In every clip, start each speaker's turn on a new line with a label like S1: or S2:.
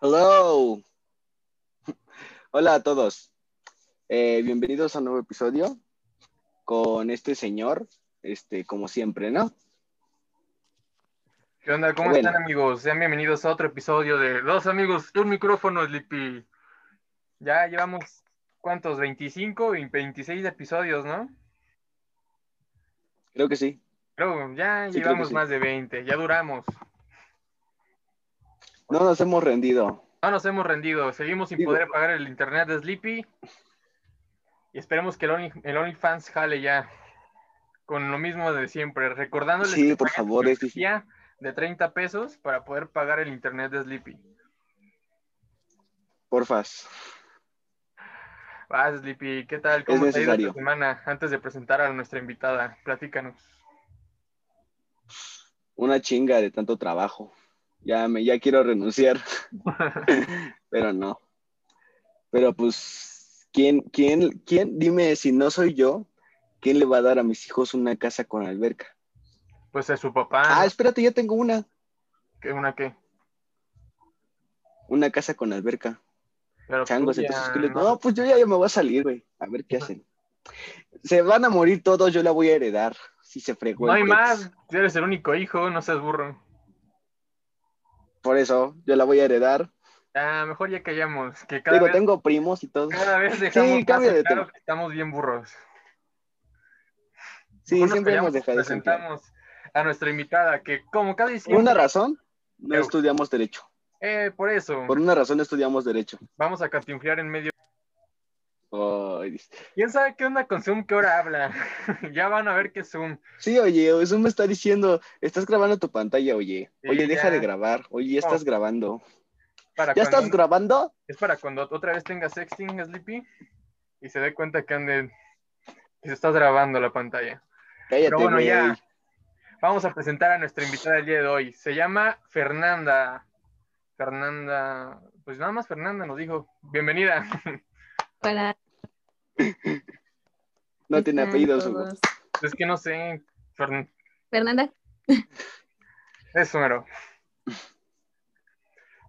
S1: Hello. Hola a todos. Eh, bienvenidos a un nuevo episodio con este señor, este, como siempre, ¿no?
S2: ¿Qué onda? ¿Cómo
S1: Bueno.
S2: están amigos? Sean bienvenidos a otro episodio de Dos amigos y un micrófono, Slippy. Ya llevamos, ¿cuántos? 25 y 26 episodios, ¿no?
S1: Creo que sí.
S2: Creo, ya
S1: Sí, creo que
S2: llevamos
S1: sí.
S2: más de 20, ya duramos.
S1: No nos hemos rendido.
S2: No nos hemos rendido, seguimos sin
S1: Digo-
S2: poder pagar el internet de Sleepy. Y esperemos que el Only- el OnlyFans jale ya. Con lo mismo de siempre. Recordándoles
S1: Sí,
S2: que
S1: por
S2: paguen su
S1: favor, es difícil.
S2: membresía de 30 pesos para poder pagar el internet de Sleepy.
S1: Porfas.
S2: Vas, Sleepy, ¿qué tal? ¿Cómo te ha ido
S1: necesario.
S2: esta semana? Antes de presentar a nuestra invitada, platícanos.
S1: Una chinga de tanto trabajo. Ya me, ya quiero renunciar. Pero no. Pero pues, ¿quién, quién, quién? Dime si no soy yo, ¿quién le va a dar a mis hijos una casa con alberca?
S2: Pues es su papá,
S1: Ah,
S2: ¿no?
S1: espérate, ya tengo una.
S2: ¿Qué- ¿una qué?
S1: Una casa con alberca.
S2: Pero
S1: changos.
S2: tú ya
S1: Entonces, ¿qué les-
S2: no-
S1: no, pues yo ya, ya me voy a salir, güey. A ver qué hacen. Se van a morir todos, yo la voy a heredar. Si se fregó.
S2: no
S1: el
S2: hay
S1: Tex.
S2: más, tú eres el único hijo, no seas burro.
S1: Por eso, yo la voy a heredar.
S2: Ah, mejor ya callamos, que cada,
S1: Digo,
S2: vez,
S1: tengo primos y todo.
S2: cada vez dejamos más
S1: cambia
S2: en
S1: de
S2: claro
S1: tema.
S2: que estamos bien burros.
S1: Sí,
S2: Mejor nos
S1: siempre hemos
S2: callamos y
S1: dejado ese plan.
S2: Presentamos a nuestra invitada, que como
S1: Por
S2: cada
S1: una
S2: diciembre,
S1: razón, no
S2: Eu.
S1: estudiamos derecho.
S2: eh, por eso,
S1: Por una razón, no estudiamos derecho.
S2: vamos a cantinflear en medio.
S1: Ay, dice.
S2: ¿Quién sabe qué onda con Zoom que ahora habla? ya van a ver qué es Zoom.
S1: sí, oye, eso me está diciendo, estás grabando tu pantalla, oye.
S2: Sí,
S1: Oye, deja
S2: ya.
S1: de grabar. Oye, ya
S2: No.
S1: estás grabando.
S2: Para
S1: ¿Ya
S2: cuando-
S1: estás grabando?
S2: Es para cuando otra vez tenga sexting, Sleepy, y se dé cuenta que anden, que se está grabando la pantalla.
S1: Cállate,
S2: Pero bueno,
S1: güey.
S2: ya. Vamos a presentar a nuestra invitada del día de hoy. Se llama Fernanda. Fernanda, pues nada más Fernanda nos dijo, bienvenida.
S3: Hola.
S1: No tiene
S3: ¿cómo
S1: apellidos.
S3: están
S1: Hugo.
S3: todos?
S2: Es que no sé, Fern...
S3: Fernanda,
S2: eso mero.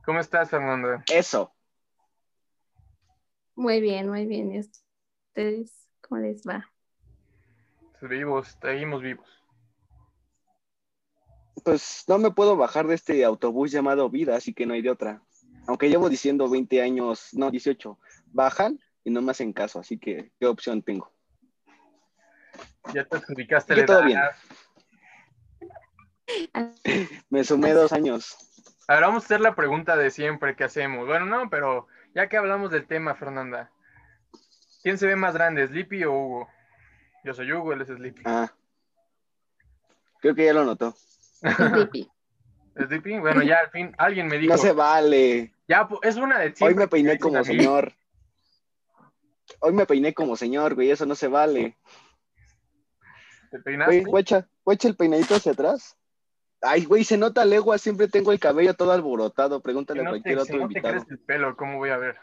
S2: ¿Cómo estás, Fernanda?
S1: Eso.
S3: muy bien, muy bien. ¿Y ustedes cómo les va?
S2: Vivos, seguimos vivos.
S1: Pues no me puedo bajar de este autobús llamado vida, así que no hay de otra. Aunque llevo diciendo 20 años, no, 18, bajan y no me hacen caso, así que ¿qué opción tengo?
S2: Ya te adjudicaste
S1: Yo
S2: la
S1: todo
S2: edad.
S1: bien. Me sumé dos años.
S2: Ahora vamos a hacer la pregunta de siempre que hacemos. Bueno, no, pero ya que hablamos del tema, Fernanda, ¿quién se ve más grande, Sleepy o Hugo? Yo soy Hugo, él es Sleepy.
S1: Ah. Creo que ya lo notó.
S3: Sleepy.
S2: ¿Sleepy? Bueno, ya al fin alguien me dijo.
S1: No se vale.
S2: Ya, po- es una de
S1: Hoy
S2: siempre
S1: me peiné
S2: dicen a
S1: como
S2: mí.
S1: señor. Hoy me peiné como señor, güey, eso no se vale.
S2: ¿Te peinaste?
S1: Güey, guacha, guacha el peinadito hacia atrás. Ay, güey, se nota legua, siempre tengo el cabello todo alborotado.
S2: Si
S1: Pregúntale a
S2: no
S1: cualquier
S2: te, si
S1: otro
S2: no te
S1: invitado.
S2: crece el pelo, ¿cómo voy a ver?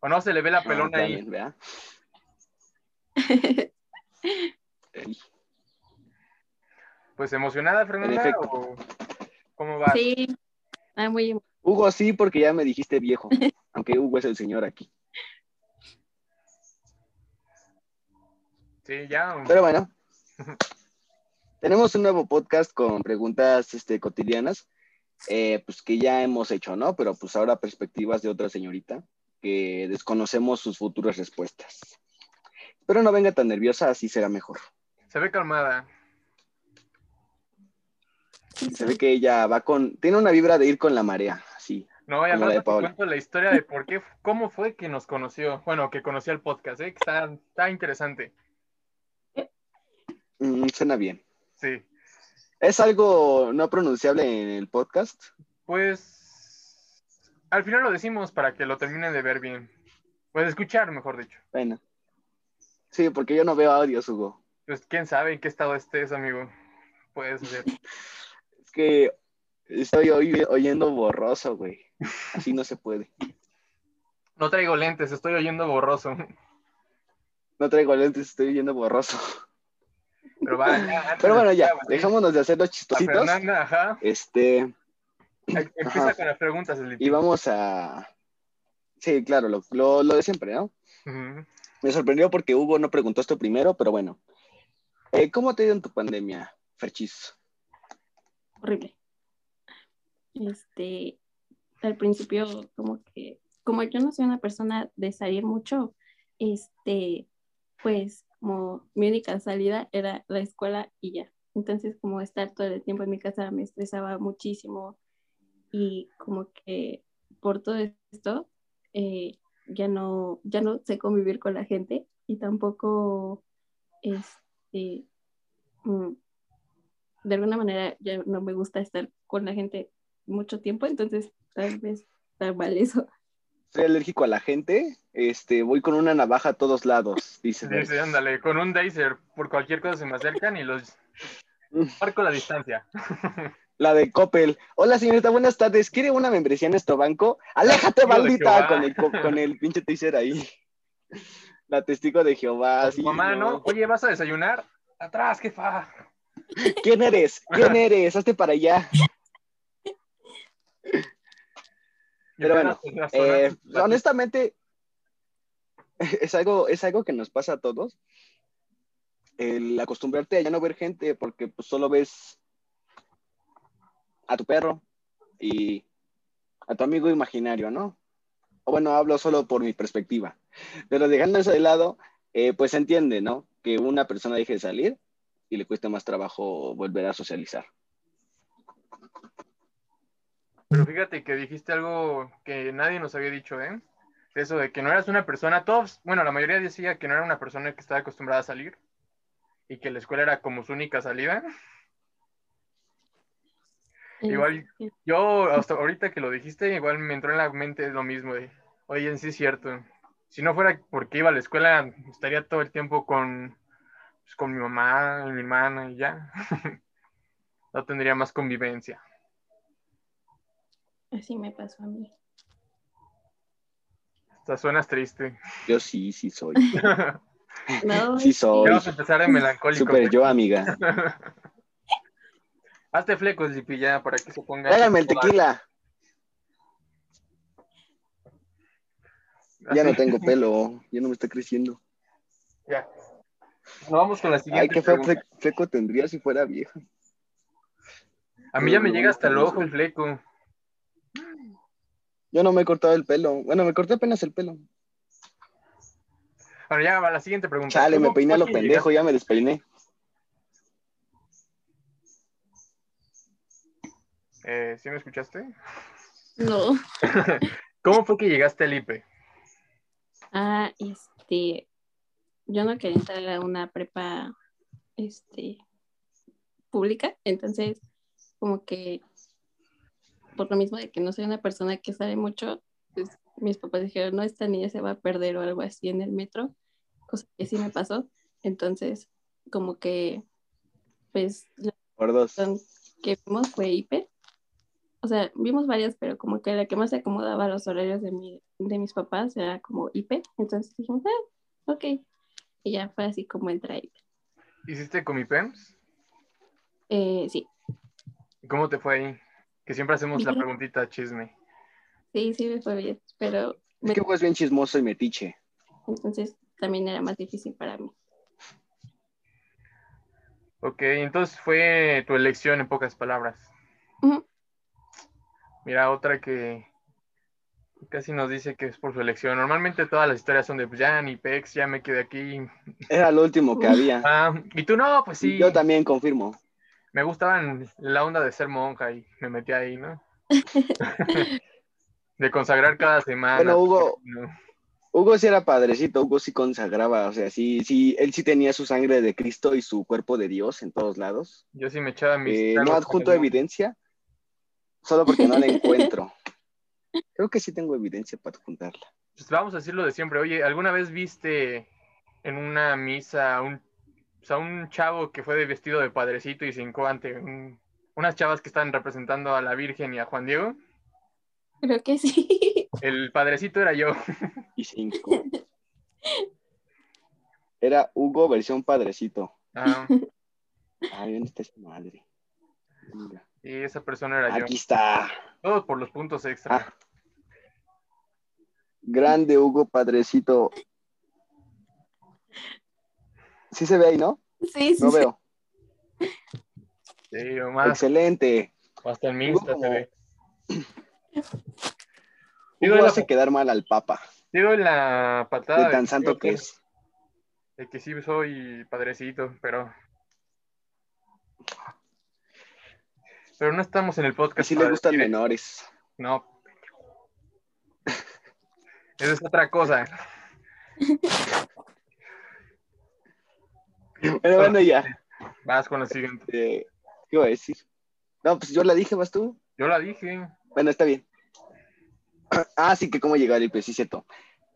S2: O no se le ve la pelona
S1: Ah,
S2: ahí.
S1: también, ¿verdad? Ey.
S2: Pues emocionada, Fernanda,
S1: efecto.
S2: o cómo vas?
S3: Sí, ah, muy bien.
S1: Hugo sí, porque ya me dijiste viejo, aunque Hugo es el señor aquí.
S2: Sí, ya.
S1: Pero bueno, tenemos un nuevo podcast con preguntas este, cotidianas, eh, pues que ya hemos hecho, ¿no? Pero pues ahora perspectivas de otra señorita, que desconocemos sus futuras respuestas. Pero no venga tan nerviosa, así será mejor.
S2: Se ve calmada.
S1: Se ve que ella va con, tiene una vibra de ir con la marea, sí.
S2: No,
S1: Como la
S2: y
S1: de
S2: además te
S1: Paola.
S2: cuento la historia de por qué, cómo fue que nos conoció, bueno, que conocí el podcast, ¿eh? que está, está interesante,
S1: Mm, suena bien.
S2: sí.
S1: ¿Es algo no pronunciable en el podcast?
S2: Pues, al final lo decimos para que lo terminen de ver bien, pues escuchar, mejor dicho.
S1: Bueno. Sí, porque yo no veo audios, Hugo.
S2: Pues, quién sabe en qué estado estés, amigo, puedes ser.
S1: Es que estoy oy- oyendo borroso, güey. Así no se puede.
S2: No traigo lentes, estoy oyendo borroso,
S1: No traigo lentes, estoy oyendo borroso.
S2: pero va. ya, antes
S1: Pero bueno,
S2: de-
S1: ya, eh,
S2: güey,
S1: dejémonos de hacer los
S2: a
S1: chistositos.
S2: Fernanda, ajá,
S1: Este,
S2: Empieza
S1: Ajá.
S2: con las preguntas, Slippy.
S1: Y vamos a... Sí, claro, lo, lo, lo de siempre, ¿no?
S2: Ujú.
S1: Me sorprendió porque Hugo no preguntó esto primero, pero bueno. Eh, ¿Cómo te ha ido en tu pandemia, Ferchis?
S3: horrible. Este, al principio como que, como yo no soy una persona de salir mucho, este, pues como mi única salida era la escuela y ya. Entonces como estar todo el tiempo en mi casa me estresaba muchísimo y como que por todo esto eh, ya no, ya no sé convivir con la gente y tampoco, este, mm, de alguna manera ya no me gusta estar con la gente mucho tiempo, entonces tal vez está mal eso.
S1: Soy alérgico a la gente, este, voy con una navaja a todos lados, dice. Ferchis.
S2: Dice, ándale, con un Dazer, por cualquier cosa se me acercan y los
S1: Mm.
S2: marco la distancia.
S1: La de Coppel. Hola, señorita, buenas tardes. ¿Quiere una membresía en nuestro banco? ¡Aléjate,
S2: Testigo de
S1: maldita!
S2: Jehová.
S1: Con el, co- con el pinche taser ahí. La testigo de Jehová. Ah, sí,
S2: Mamá,
S1: no.
S2: ¿no? Oye, ¿vas a desayunar? Atrás, jefa.
S1: ¿Quién eres? ¿Quién eres? Hazte para allá. Pero bueno, Eh, honestamente, es algo, es algo que nos pasa a todos. El acostumbrarte a ya no ver gente porque pues, solo ves a tu perro y a tu amigo imaginario, ¿no? O bueno, hablo solo por mi perspectiva. Pero dejando eso de lado, eh, pues se entiende, ¿no? Que una persona deje de salir y le cuesta más trabajo volver a socializar.
S2: Pero fíjate que dijiste algo que nadie nos había dicho, ¿eh? Eso de que no eras una persona, todos, bueno, la mayoría decía que no era una persona que estaba acostumbrada a salir y que la escuela era como su única salida. Igual
S3: Este,
S2: yo, hasta ahorita que lo dijiste, igual me entró en la mente lo mismo de, oye, en sí es cierto. Si no fuera porque iba a la escuela, estaría todo el tiempo con, pues, con mi mamá y mi hermana y ya. no tendría más convivencia.
S3: así me pasó a mí.
S2: Hasta suenas triste.
S1: Yo sí, sí soy.
S3: No,
S1: Sí soy.
S2: Vamos a empezar de melancólico.
S1: Super yo, amiga.
S2: Hazte flecos, Lipi, ya, para que se ponga.
S1: Tráigame el tequila. Ya no tengo pelo, ya no me está creciendo.
S2: Ya. Nos vamos con la siguiente.
S1: Ay, qué feo
S2: pregunta.
S1: fle- fleco tendría si fuera vieja.
S2: A mí ya me llega hasta el ojo el fleco.
S1: Yo no me he cortado el pelo. Bueno, me corté apenas el pelo.
S2: Bueno, ya va la siguiente pregunta.
S1: Chale, me
S2: ¿Cómo
S1: peiné a
S2: fue
S1: lo
S2: que
S1: pendejo, ya me despeiné.
S2: llegaste- Eh, ¿Sí me escuchaste?
S3: no.
S2: ¿Cómo fue que llegaste al IPE?
S3: Ah, este, yo no quería entrar a una prepa, este, pública, entonces como que por lo mismo de que no soy una persona que sabe mucho, pues mis papás dijeron, no, esta niña se va a perder o algo así en el metro, cosa que sí me pasó, entonces como que, pues la
S1: Por dos.
S3: opción que vimos fue IP, o sea, vimos varias, pero como que la que más se acomodaba a los horarios de, mi, de mis papás era como IP, entonces dijimos, ah, ok, y ya fue así como entra IP.
S2: ¿Hiciste con mi PEMS?
S3: Eh, sí,
S2: ¿Y ¿Cómo te fue ahí? Que siempre hacemos la
S3: Bien.
S2: preguntita chisme.
S3: sí, sí me fue bien, pero
S1: Es que pues bien chismoso y metiche.
S3: Entonces también era más difícil para mí.
S2: Ok, entonces fue tu elección en pocas palabras.
S3: Ujú.
S2: Mira, otra que casi nos dice que es por su elección. Normalmente todas las historias son de pues, ya ni Pex, ya me quedé aquí.
S1: Era lo último que había.
S2: Ah, y tú no, pues sí.
S1: Yo también confirmo.
S2: Me gustaban la onda de ser monja y me metí ahí, ¿no? de consagrar cada semana.
S1: Bueno, Hugo,
S2: ¿no?
S1: Hugo sí era padrecito, Hugo sí consagraba, o sea, sí, sí, él sí tenía su sangre de Cristo y su cuerpo de Dios en todos lados.
S2: Yo sí me echaba mis.
S1: Eh, no
S2: tragos
S1: adjunto
S2: con el-
S1: evidencia, solo porque no la encuentro. Creo que sí tengo evidencia para adjuntarla.
S2: Pues vamos a decir lo de siempre. Oye, ¿alguna vez viste en una misa a un, o sea, un chavo que fue de vestido de padrecito y cinco ante un- unas chavas que están representando a la Virgen y a Juan Diego?
S3: Creo que sí.
S2: El padrecito era yo.
S1: Y cinco. Era Hugo versión padrecito.
S2: Ah,
S1: Ay, ¿dónde está esa madre? Mira.
S2: y esa persona era yo.
S1: Aquí está.
S2: Todos por los puntos extra.
S1: Ah. Grande Hugo Padrecito. Sí se ve ahí, ¿no?
S3: Sí, sí.
S1: No
S3: sí.
S1: veo.
S2: Sí, o más.
S1: Excelente.
S2: o hasta en mi Insta se
S1: Oh.
S2: ve. Digo,
S1: Hugo
S2: la-
S1: hace quedar mal al Papa,
S2: Digo la patada.
S1: de tan santo
S2: digo,
S1: que es.
S2: De que sí soy padrecito, pero. Pero no estamos en el
S1: Que
S2: podcast.
S1: sí le
S2: para
S1: gustan
S2: decir-
S1: menores.
S2: No. Eso es otra cosa.
S1: Pero bueno, ya.
S2: Vas con la siguiente.
S1: eh, ¿Qué iba a decir? No, pues yo la dije, vas tú.
S2: Yo la dije.
S1: Bueno, está bien. Ah, sí, que cómo llegar el sí, cierto.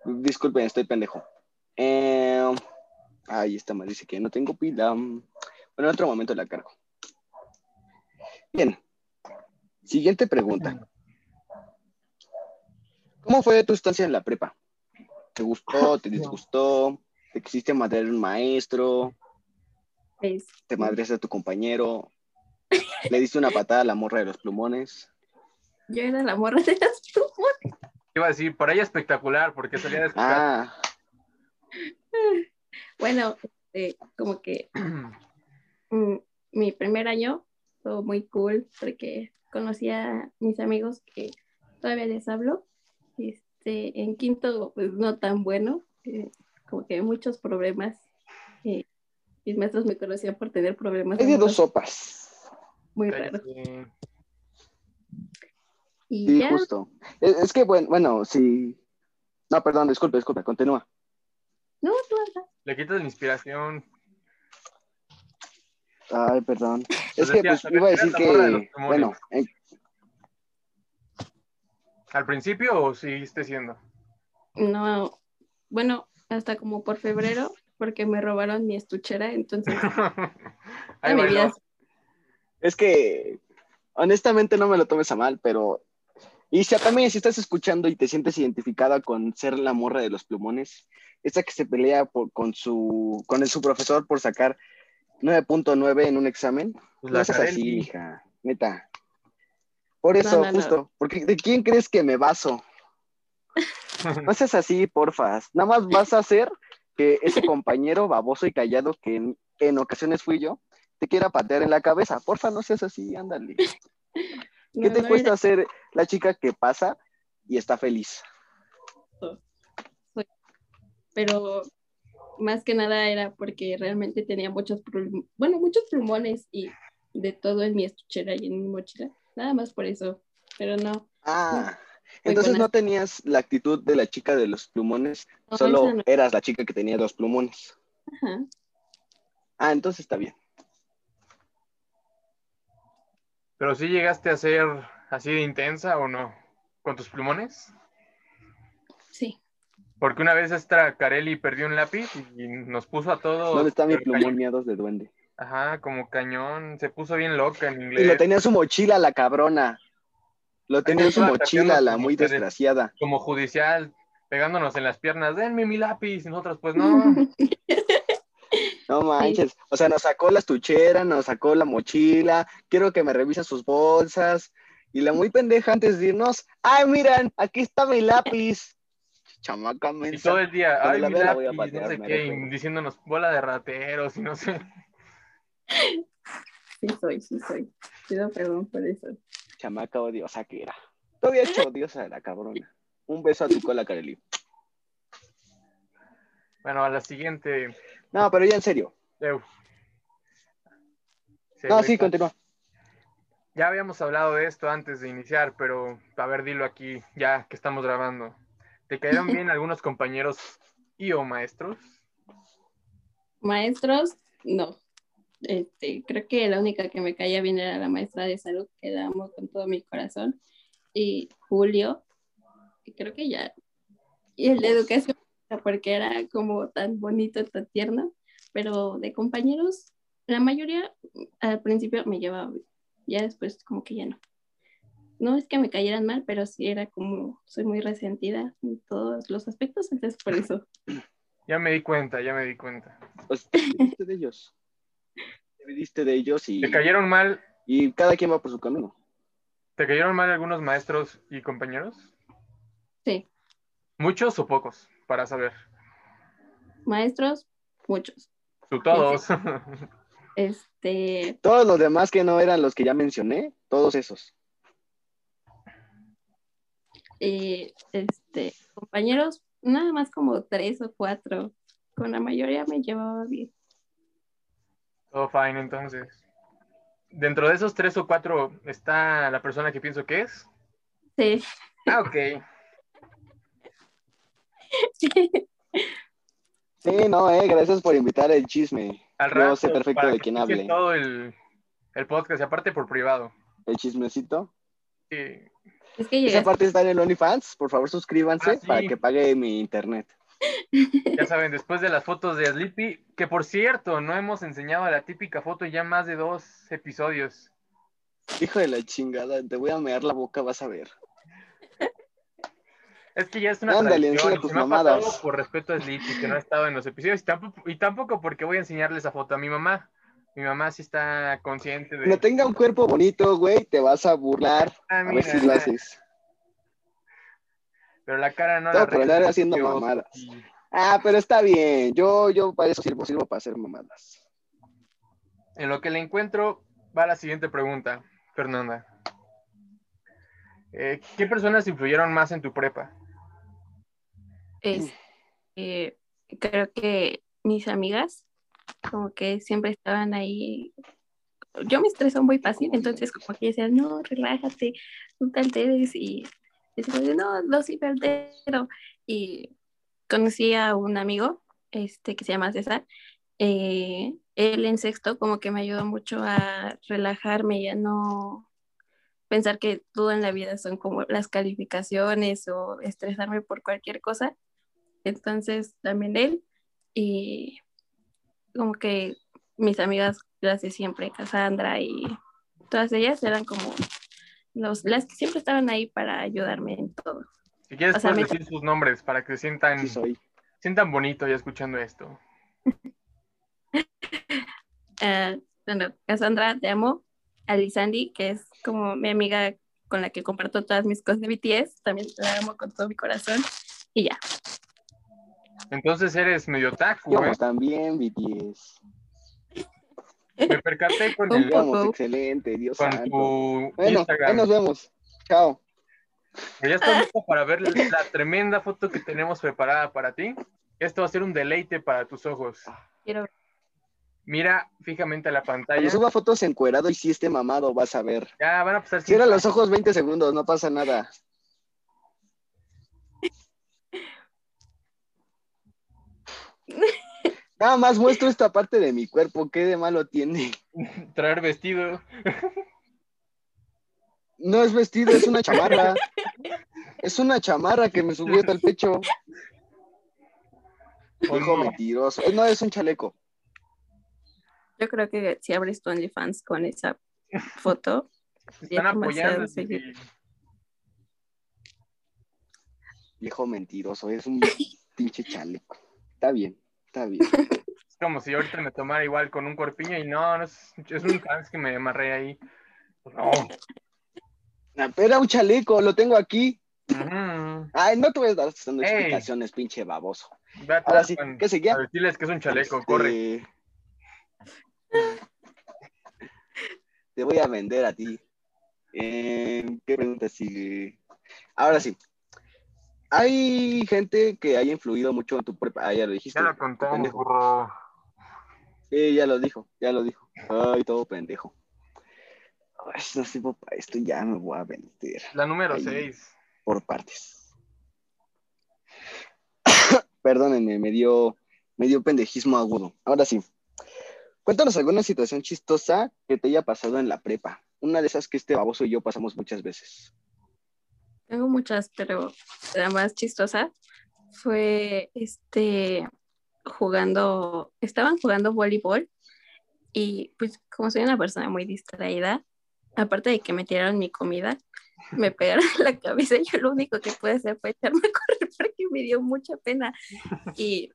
S1: Disculpen, estoy pendejo. Eh, ahí está, me dice que no tengo pila. Bueno, en otro momento la cargo. Bien. Siguiente pregunta. ¿Cómo fue tu estancia en la prepa? ¿Te gustó? ¿Te disgustó? ¿Te quisiste madrear a un maestro?
S3: Pues,
S1: ¿Te madreaste a tu compañero? ¿Le diste una patada a la morra de los plumones?
S3: yo era la morra de las plumas.
S2: Iba a decir, por ahí espectacular, porque salía de su casa.
S1: Ah,
S3: Bueno, este, como que mm, mi primer año fue muy cool porque conocí a mis amigos que todavía les hablo. Este, en quinto, pues no tan bueno, eh, como que muchos problemas. eh, mis maestros me conocían por tener problemas
S1: es de dos
S3: amorosos
S1: sopas.
S3: muy raros.
S2: Cállate.
S3: Y
S1: Sí,
S3: ya,
S1: justo. Es, es que, bueno, bueno, sí. No, perdón, disculpe, disculpe, continúa.
S3: no, tú habla.
S2: Le quitas la inspiración.
S1: Ay, perdón. Es
S2: Pues
S1: que,
S2: decía,
S1: pues,
S2: a ver,
S1: iba a
S2: ¿quién
S1: decir
S2: es la morra de los
S1: que,
S2: temores?
S1: bueno, eh,
S2: ¿Al principio o seguiste siendo?
S3: No, bueno, hasta como por febrero, porque me robaron mi estuchera, entonces
S2: Ahí
S3: mi
S2: bailó.
S3: vida
S1: es que, honestamente, no me lo tomes a mal, pero. Y si también, si estás escuchando y te sientes identificada con ser la morra de los plumones, esa que se pelea por- con, su, con el- su profesor por sacar 9.9 en un examen,
S2: Pues
S1: No
S2: la
S1: seas
S2: Kareli.
S1: así, hija, neta. Por
S3: No,
S1: eso,
S3: no, no.
S1: justo, porque ¿de quién crees que me baso? No seas así, porfas. Nada más vas a hacer que ese compañero baboso y callado que en, en ocasiones fui yo, te quiera patear en la cabeza. Porfa, no seas así, ándale. ¿Qué
S3: no,
S1: te
S3: no
S1: cuesta
S3: era-
S1: ser la chica que pasa y está feliz?
S3: pero más que nada era porque realmente tenía muchos, plum- bueno, muchos plumones y de todo en mi estuchera y en mi mochila, nada más por eso, pero no.
S1: Ah,
S3: Muy
S1: entonces
S3: buena.
S1: no tenías la actitud de la chica de los plumones,
S3: no,
S1: solo
S3: esa no-
S1: eras la chica que tenía dos plumones.
S3: ajá.
S1: Ah, entonces está bien.
S2: Pero sí llegaste a ser así de intensa o no? ¿Con tus plumones?
S3: Sí,
S2: Porque una vez esta Carelli perdió un lápiz y nos puso a todos.
S1: ¿Dónde está mi
S2: pero
S1: plumón
S2: cañón.
S1: miados de duende?
S2: Ajá, como cañón. Se puso bien loca en
S1: Y
S2: inglés.
S1: lo tenía en su mochila, la cabrona. Lo tenía en su
S2: Iba
S1: mochila,
S2: atacando
S1: la
S2: como
S1: muy
S2: ustedes.
S1: desgraciada.
S2: Como judicial, pegándonos en las piernas. Denme mi lápiz. Y Nosotros, pues no.
S1: No manches. O sea, nos sacó la estuchera, nos sacó la mochila. Quiero que me revisen sus bolsas. Y la muy pendeja antes de irnos. ¡Ay, miren! Aquí está mi lápiz. Chamaca
S2: Y todo
S1: mensa.
S2: el día,
S1: Cuando
S2: ay,
S1: la
S2: mi
S1: vea la voy a
S2: lápiz, no
S1: patear,
S2: sé
S1: me
S2: qué, y
S1: refiero.
S2: diciéndonos bola de rateros y no sé.
S3: sí soy, sí soy. Pido perdón por eso.
S1: Chamaca odiosa que era. Todavía hecho odiosa la cabrona. Un beso a tu cola, Kareli.
S2: Bueno, a la siguiente.
S1: No, pero ya en serio.
S2: Eu. Se
S1: No,
S2: me-
S1: sí, continúa.
S2: Ya habíamos hablado de esto antes de iniciar, pero a ver, dilo aquí, ya que estamos grabando. ¿Te cayeron bien algunos compañeros y o maestros?
S3: Maestros, no. Este, creo que la única que me caía bien era la maestra de salud, que la amo con todo mi corazón. Y Julio, y creo que ya. Y el de educación, porque era como tan bonito, tan tierno. Pero de compañeros, la mayoría al principio me llevaba bien. Ya después, como que ya no. No es que me cayeran mal, pero sí era como, soy muy resentida en todos los aspectos, entonces por eso.
S2: Ya me di cuenta, ya me di cuenta.
S1: Pues, te dividiste de ellos. Te dividiste de ellos y,
S2: ¿Te cayeron mal
S1: y cada quien va por su camino.
S2: ¿Te cayeron mal algunos maestros y compañeros?
S3: Sí.
S2: ¿Muchos o pocos? Para saber.
S3: Maestros, muchos.
S2: Tú todos.
S3: Este,
S1: Todos los demás que no eran los que ya mencioné, todos esos.
S3: eh, este, compañeros, nada más como tres o cuatro. Con la mayoría me llevaba bien.
S2: Todo fine, entonces. Dentro de esos tres o cuatro está la persona que pienso que es.
S3: Sí.
S2: Ah, ok.
S1: Sí, no, eh, gracias por invitar el chisme.
S2: Al
S1: Yo
S2: rato.
S1: sé perfecto
S2: para
S1: de
S2: que
S1: quién
S2: escuche
S1: hable.
S2: Todo el, el podcast, y aparte por privado.
S1: El chismecito.
S2: Sí.
S3: Es que
S1: Esa
S3: llegaste.
S1: parte está en el OnlyFans. Por favor, suscríbanse
S2: Ah, sí.
S1: para que pague mi internet.
S2: Ya saben, después de las fotos de Sleepy, que por cierto, no hemos enseñado la típica foto ya más de dos episodios.
S1: Hijo de la chingada, te voy a mear la boca, vas a ver.
S2: Es que ya es una
S1: Ándale,
S2: tradición,
S1: enseña
S2: y
S1: tus
S2: se me ha pasado
S1: mamadas.
S2: por respeto a Sleepy, que no ha estado en los episodios, y tampoco, y tampoco porque voy a enseñarle esa foto a mi mamá. Mi mamá sí está consciente de...
S1: No tenga un cuerpo bonito, güey, te vas a burlar.
S2: Ah,
S1: A
S2: mira,
S1: ver si lo haces.
S2: Pero la cara no
S1: Todo
S2: la
S1: por andar
S2: reconozco.
S1: haciendo mamadas. Ah, pero está bien. Yo, yo para eso sirvo, sirvo para hacer mamadas.
S2: En lo que le encuentro, va la siguiente pregunta, Fernanda. Eh, ¿Qué personas influyeron más en tu prepa?
S3: es- eh, creo que mis amigas como que siempre estaban ahí. Yo me estreso muy fácil, entonces como que decían, no, relájate, no te alteres. Y decía, no, no sí me altero". Y conocí a un amigo este, que se llama César. eh, él en sexto como que me ayudó mucho a relajarme y a no pensar que todo en la vida son como las calificaciones o estresarme por cualquier cosa. Entonces también él y como que mis amigas las de siempre, Cassandra y todas ellas eran como los, las que siempre estaban ahí para ayudarme en todo.
S2: Si quieres,
S3: O sea,
S2: puedes
S3: me-
S2: decir sus nombres para que sientan...
S1: Sí soy.
S2: sientan bonito ya escuchando esto.
S3: Eh, bueno, Cassandra, te amo. Alisandi, que es como mi amiga con la que comparto todas mis cosas de BTS, también la amo con todo mi corazón. Y ya,
S2: Entonces eres medio otaku, ¿eh?
S1: Íbamos pues también, BTS.
S2: Me percaté con,
S3: Un
S2: el-
S3: poco.
S1: Íbamos excelente, Dios
S2: con
S1: santo.
S2: tu
S1: Bueno, ahí
S2: Instagram.
S1: nos vemos. Chao.
S2: que Pues Ya está listo para ver la tremenda foto que tenemos preparada para ti. Esto va a ser un deleite para tus ojos.
S3: quiero ver.
S2: Mira fijamente a la pantalla.
S1: Cuando suba fotos encuerado y si este mamado, vas a ver.
S2: Ya van a pasar.
S1: Cierra
S2: cinco-
S1: los ojos 20 segundos, no pasa nada. Nada más muestro esta parte de mi cuerpo, ¿qué de malo tiene?
S2: Traer vestido.
S1: No es vestido, es una chamarra. Es una chamarra que me subió hasta el pecho.
S2: o
S1: Hijo
S2: Oh, no.
S1: mentiroso. Eh, No, es un chaleco.
S3: Yo creo que si abres tu OnlyFans con esa foto,
S2: Están apoyando.
S3: demasiado, sí.
S1: Viejo mentiroso, es un pinche chaleco. Está bien, está bien.
S2: Es como si ahorita me tomara igual con un corpiño y no, no es, es un fans que me amarré ahí. No.
S1: Ah, pero Era un chaleco, lo tengo aquí.
S2: Ujú.
S1: Ay, no te voy a dar dando
S2: Ey.
S1: explicaciones, pinche baboso.
S2: Ve a
S1: Ahora
S2: tu
S1: sí,
S2: fan
S1: ¿qué seguía?
S2: A decirles que es un chaleco,
S1: Este,
S2: corre.
S1: Te voy a vender a ti. Eh, ¿Qué pregunta sigue? Ahora sí. Hay gente que haya influido mucho en tu prepa. Ah, ya lo dijiste.
S2: Ya lo contamos,
S1: pendejo.
S2: burro.
S1: Sí, ya lo dijo, ya lo dijo. Ay, todo pendejo. Ay, no sirvo para esto, ya me voy a vender
S2: La número
S1: Ahí.
S2: 6.
S1: por partes. Perdónenme, me dio, me dio pendejismo agudo. Ahora sí. Cuéntanos alguna situación chistosa que te haya pasado en la prepa. Una de esas que este baboso y yo pasamos muchas veces.
S3: Tengo muchas, pero la más chistosa fue este jugando, estaban jugando voleibol y pues como soy una persona muy distraída, aparte de que me tiraron mi comida, me pegaron en la cabeza y yo lo único que pude hacer fue echarme a correr porque me dio mucha pena y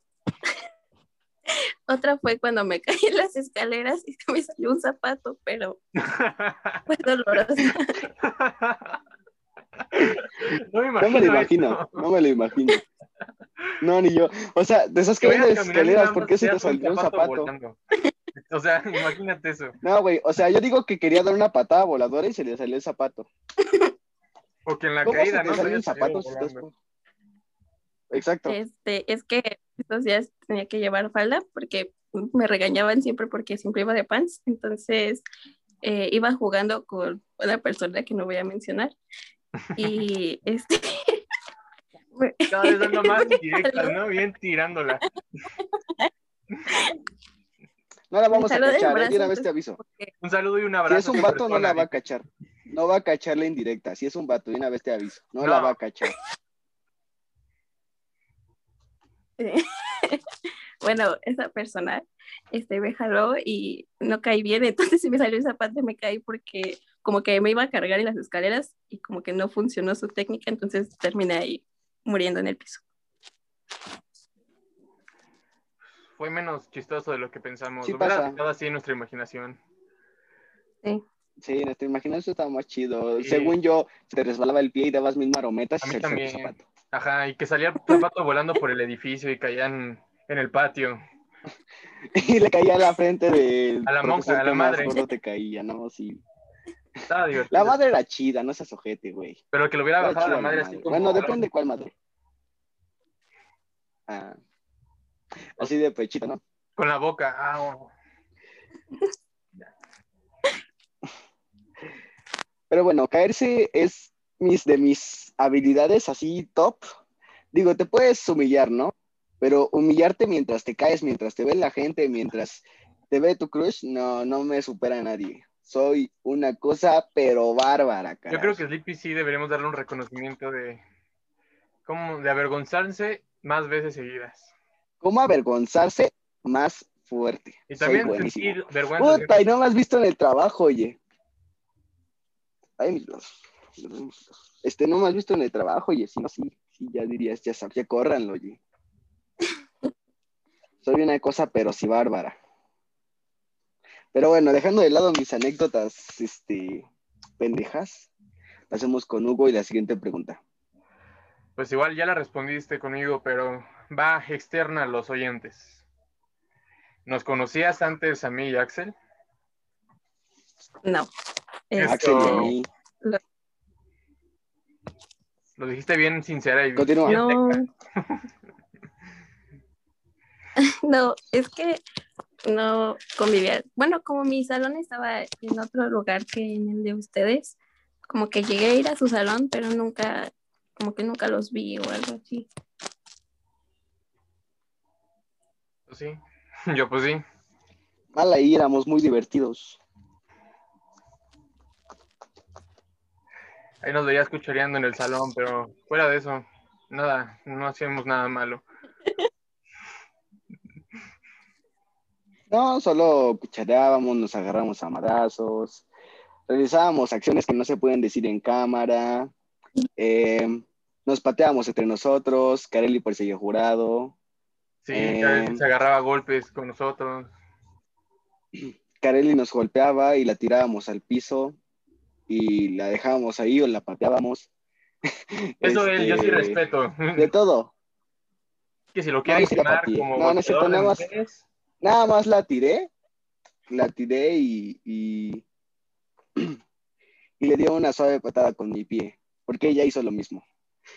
S3: Otra fue cuando me caí en las escaleras y me salió un zapato, pero fue doloroso.
S2: No me
S1: No me lo
S2: eso.
S1: imagino, no me lo imagino. No, ni yo. O sea, te estás
S2: Que
S1: cayendo de
S2: vayas caminando y
S1: escaleras,
S2: nada más
S1: ¿por qué se te
S2: veas
S1: salió un zapato?
S2: volando. O sea, imagínate eso.
S1: No, güey, o sea, yo digo que quería dar una patada voladora y se le salió el zapato.
S2: O que en la
S1: ¿Cómo se
S2: caída,
S1: te
S2: ¿no?
S1: salió
S2: Te
S1: el
S2: hayas
S1: zapato?
S2: caído
S1: si estás-
S2: volando.
S1: Exacto.
S3: Este, es que estos días tenía que llevar falda porque me regañaban siempre porque siempre iba de pants. Entonces eh, iba jugando con una persona que no voy a mencionar. Y este. me-
S2: Cada vez dando más directas, ¿no? Bien tirándola.
S1: No la vamos a
S3: Salió del
S1: cachar, ¿eh?
S3: brazo,
S1: de una vez
S3: entonces-
S1: te aviso.
S2: Un saludo y un
S1: Si
S2: abrazo.
S1: es un
S2: a esa
S1: vato, no
S2: persona,
S1: la va a cachar. No va a cachar la indirecta. Si es un vato, de una vez te aviso. No,
S2: No.
S1: la va a cachar.
S3: bueno, esa persona este, me jaló y no caí bien, entonces sí me salió el zapato y me caí porque como que me iba a cargar en las escaleras y como que no funcionó su técnica, entonces terminé ahí muriendo en el piso.
S2: Fue menos chistoso de lo que pensamos.
S1: Sí
S2: Lo hubiera
S1: pasa.
S2: dejado así en nuestra imaginación.
S1: Sí, este, nuestra imaginación estaba más chido.
S2: Sí.
S1: Según yo, te resbalaba el pie y dabas mil marometas
S2: A
S1: y
S2: mí
S1: se te salió el
S2: también.
S1: zapato.
S2: Ajá, y que salía el zapato volando por el edificio y caían en el patio.
S1: Y le caía a la frente de.
S2: A la monja, a la madre.
S1: te caía, ¿no? Sí.
S2: Estaba divertido.
S1: La madre era chida, no seas ojete, güey.
S2: Pero que lo hubiera
S1: Era
S2: bajado
S1: chida
S2: la
S1: la
S2: madre
S1: madre.
S2: así como.
S1: Bueno, depende cuál madre. Ah. Así de pechito, ¿no?
S2: Con la boca. Ah, oh.
S1: Pero bueno, caerse es mis, de mis habilidades así top. Digo, te puedes humillar, ¿no? Pero humillarte mientras te caes, mientras te ve la gente, mientras te ve tu crush, no, no me supera a nadie. Soy una cosa, pero bárbara, cara.
S2: Yo creo que Sleepy sí deberíamos darle un reconocimiento de. Como de avergonzarse más veces seguidas.
S1: ¿Cómo avergonzarse más fuerte?
S2: Y
S1: Soy
S2: también
S1: buenísimo.
S2: sentir vergüenza. de-
S1: Puta, y no me has visto en el trabajo, oye. Ay, mis dos. Este, no me has visto en el trabajo, oye. Si no, sí, sí, ya dirías, ya sabes, ya córranlo, oye. Soy una cosa, pero sí bárbara. Pero bueno, dejando de lado mis anécdotas, este, pendejas, pasemos con Hugo y la siguiente pregunta.
S2: Pues igual ya la respondiste conmigo, pero va externa a los oyentes. ¿Nos conocías antes a mí y a Axel?
S3: No.
S2: Eso.
S1: Axel y a
S3: Este,
S1: mí.
S2: Lo dijiste bien sincera y
S1: Continúa.
S2: bien
S3: No.
S2: directa.
S3: No, es que no convivía. Bueno, como mi salón estaba en otro lugar que en el de ustedes, como que llegué a ir a su salón, pero nunca, como que nunca los vi o algo así.
S2: Sí, yo pues sí.
S1: Mal ahí éramos muy divertidos.
S2: Ahí nos veías cuchareando en el salón, pero fuera de eso, nada, no hacíamos nada malo.
S1: No, solo cuchareábamos, nos agarramos a madrazos, realizábamos acciones que no se pueden decir en cámara, eh, nos pateábamos entre nosotros, Carelli perseguía a jurado,
S2: Sí,
S1: Eh.
S2: cada vez se agarraba a golpes con nosotros.
S1: Carelli nos golpeaba y la tirábamos al piso y la dejábamos ahí o la pateábamos.
S2: Eso
S1: Este,
S2: es, yo sí respeto.
S1: De todo.
S2: Que si lo
S1: No,
S2: quieren
S1: sí la
S2: quemar
S1: pateé.
S2: como
S1: No, no es cierto,
S2: golpeador de
S1: nada más.
S2: mujeres,
S1: Nada más la tiré, la tiré y, y, y le dio una suave patada con mi pie, porque ella hizo lo mismo.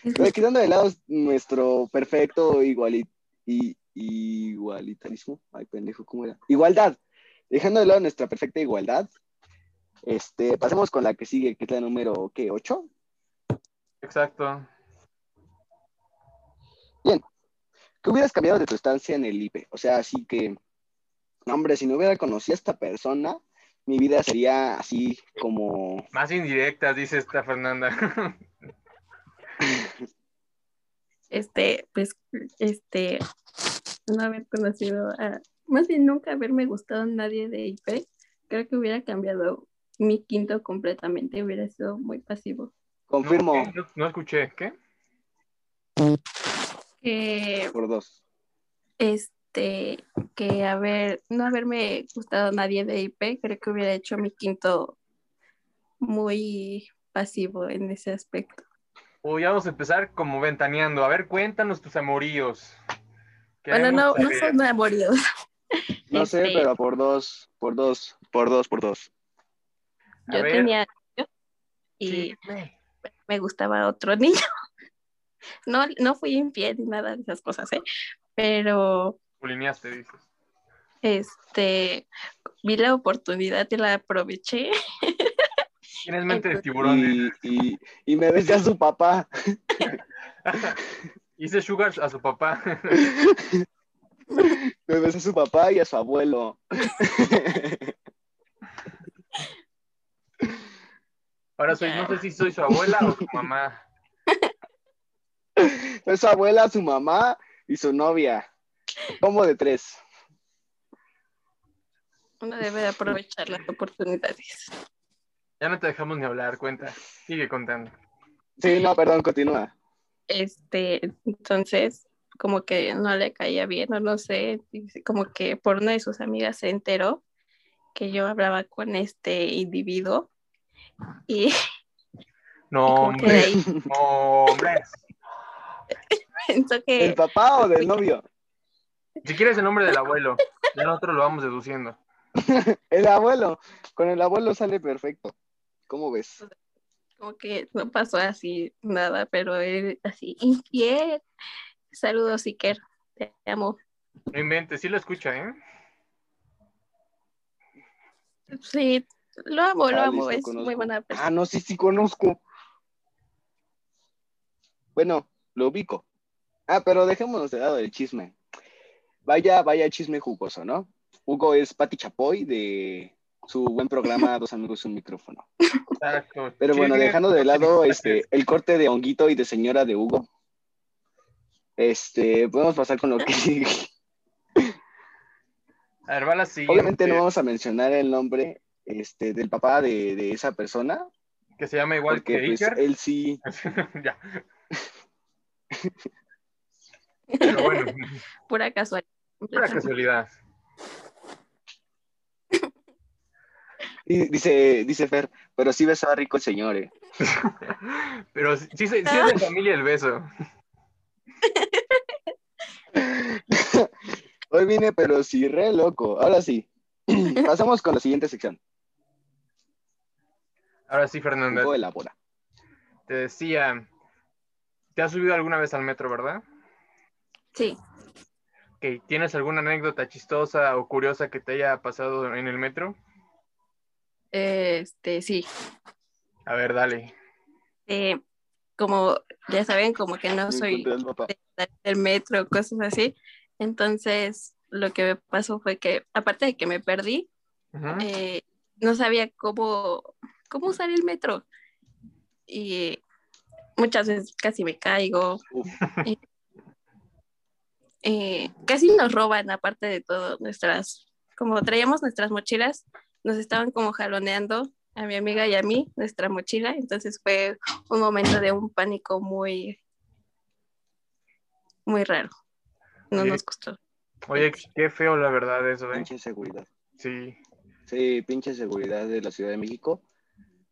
S1: Pero quitando de lado nuestro perfecto iguali- i- igualitarismo, ay pendejo, ¿cómo era? Igualdad. Dejando de lado nuestra perfecta igualdad, este, pasemos con la que sigue, que es la número, ¿qué? ¿8?
S2: Exacto.
S1: ¿Qué hubieras cambiado de tu estancia en el IPE? O sea, así que, no, hombre, si no hubiera conocido a esta persona, mi vida sería así como,
S2: Más indirectas, dice esta Fernanda.
S3: Este, pues, este, no haber conocido a, más bien nunca haberme gustado a nadie de IP, creo que hubiera cambiado mi quinto completamente, hubiera sido muy pasivo.
S2: No,
S1: confirmo,
S2: ¿qué? No, no escuché, ¿qué?
S3: Que
S1: por dos.
S3: este, que haber, no haberme gustado nadie de IP, creo que hubiera hecho mi quinto muy pasivo en ese aspecto.
S2: Hoy vamos a empezar como ventaneando. A ver, cuéntanos tus amoríos.
S3: Bueno, no,
S2: Queremos
S3: no
S2: saber.
S3: son amoríos.
S1: No sé,
S3: Este,
S1: pero por dos, por dos, por dos, por dos.
S2: A
S3: Yo
S2: ver.
S3: tenía novio y
S2: Chisme.
S3: me gustaba otro niño. No, no fui infiel ni nada de esas cosas, ¿eh? Pero
S2: Bulineaste, dices.
S3: este vi la oportunidad y la aproveché.
S2: Tienes mente de
S3: Entonces-
S2: tiburón.
S1: Y, y, y me besé a su papá.
S2: Hice sugars a su papá.
S1: Me besé a su papá y a su abuelo.
S2: Ahora soy, no sé si soy su abuela o su mamá.
S1: Fue su abuela, su mamá y su novia. Como de tres.
S3: Uno debe de aprovechar las oportunidades.
S2: Ya no te dejamos ni hablar, cuenta. Sigue contando.
S1: Sí, no, perdón, continúa.
S3: Este, entonces, como que no le caía bien, o no sé, como que por una de sus amigas se enteró que yo hablaba con este individuo y, y
S2: No,
S3: como que de
S2: hombre.
S3: ahí
S2: No, hombre.
S3: pensó
S1: ¿Del
S3: que
S1: papá o del novio?
S2: Si quieres el nombre del abuelo, ya nosotros lo vamos deduciendo.
S1: El abuelo. Con el abuelo sale perfecto. ¿Cómo ves?
S3: como que no pasó así nada, pero él así, infiel. Saludos, Iker, te amo.
S2: No inventes, sí lo escucha, ¿eh?
S3: Sí, lo amo, lo
S1: Chales,
S3: amo,
S1: no
S3: es muy
S1: Ah, conozco.
S3: buena persona.
S1: Ah, no, sí, sí conozco. Bueno, lo ubico. Ah, pero dejémonos de lado del chisme. Vaya, vaya chisme jugoso, ¿no? Hugo es Pati Chapoy de su buen programa Dos Amigos y un Micrófono.
S2: Exacto.
S1: Pero bueno,
S2: Chisme,
S1: dejando de lado
S2: chisme,
S1: este, el corte de honguito y de señora de Hugo, este, podemos pasar con lo que sigue.
S2: A ver, va la siguiente.
S1: Obviamente no vamos a mencionar el nombre este, del papá de, de esa persona,
S2: Que se llama igual
S1: porque
S2: que
S1: pues,
S2: Iker.
S1: él sí,
S2: ya. Pero bueno,
S3: Pura casualidad.
S2: pura casualidad.
S1: y dice, dice Fer, pero sí besaba rico el señor, eh".
S2: Pero sí, sí, sí es de familia el beso.
S1: Hoy vine, pero sí re loco. Ahora sí, pasamos con la siguiente sección,
S2: Ahora sí, Fernanda,
S1: Hugo elabora.
S2: te decía, ¿te has subido alguna vez al metro, verdad?
S3: Sí,
S2: Ok, ¿Tienes alguna anécdota chistosa o curiosa que te haya pasado en el metro?
S3: este, sí.
S2: A ver, dale.
S3: Eh, como ya saben, como que no soy
S1: Encontré al papá.
S3: del metro, cosas así. Entonces, lo que me pasó fue que, aparte de que me perdí,
S2: Ujú.
S3: eh, no sabía cómo, cómo usar el metro. Y muchas veces casi me caigo.
S1: Uf.
S3: Eh, eh, casi nos roban, aparte de todo, nuestras, como traíamos nuestras mochilas, nos estaban como jaloneando a mi amiga y a mí nuestra mochila. Entonces fue un momento de un pánico muy, muy raro. No
S2: Sí.
S3: nos gustó.
S2: Oye, qué feo la verdad eso, ¿eh?
S1: Pinche seguridad.
S2: Sí.
S1: Sí, pinche seguridad de la Ciudad de México.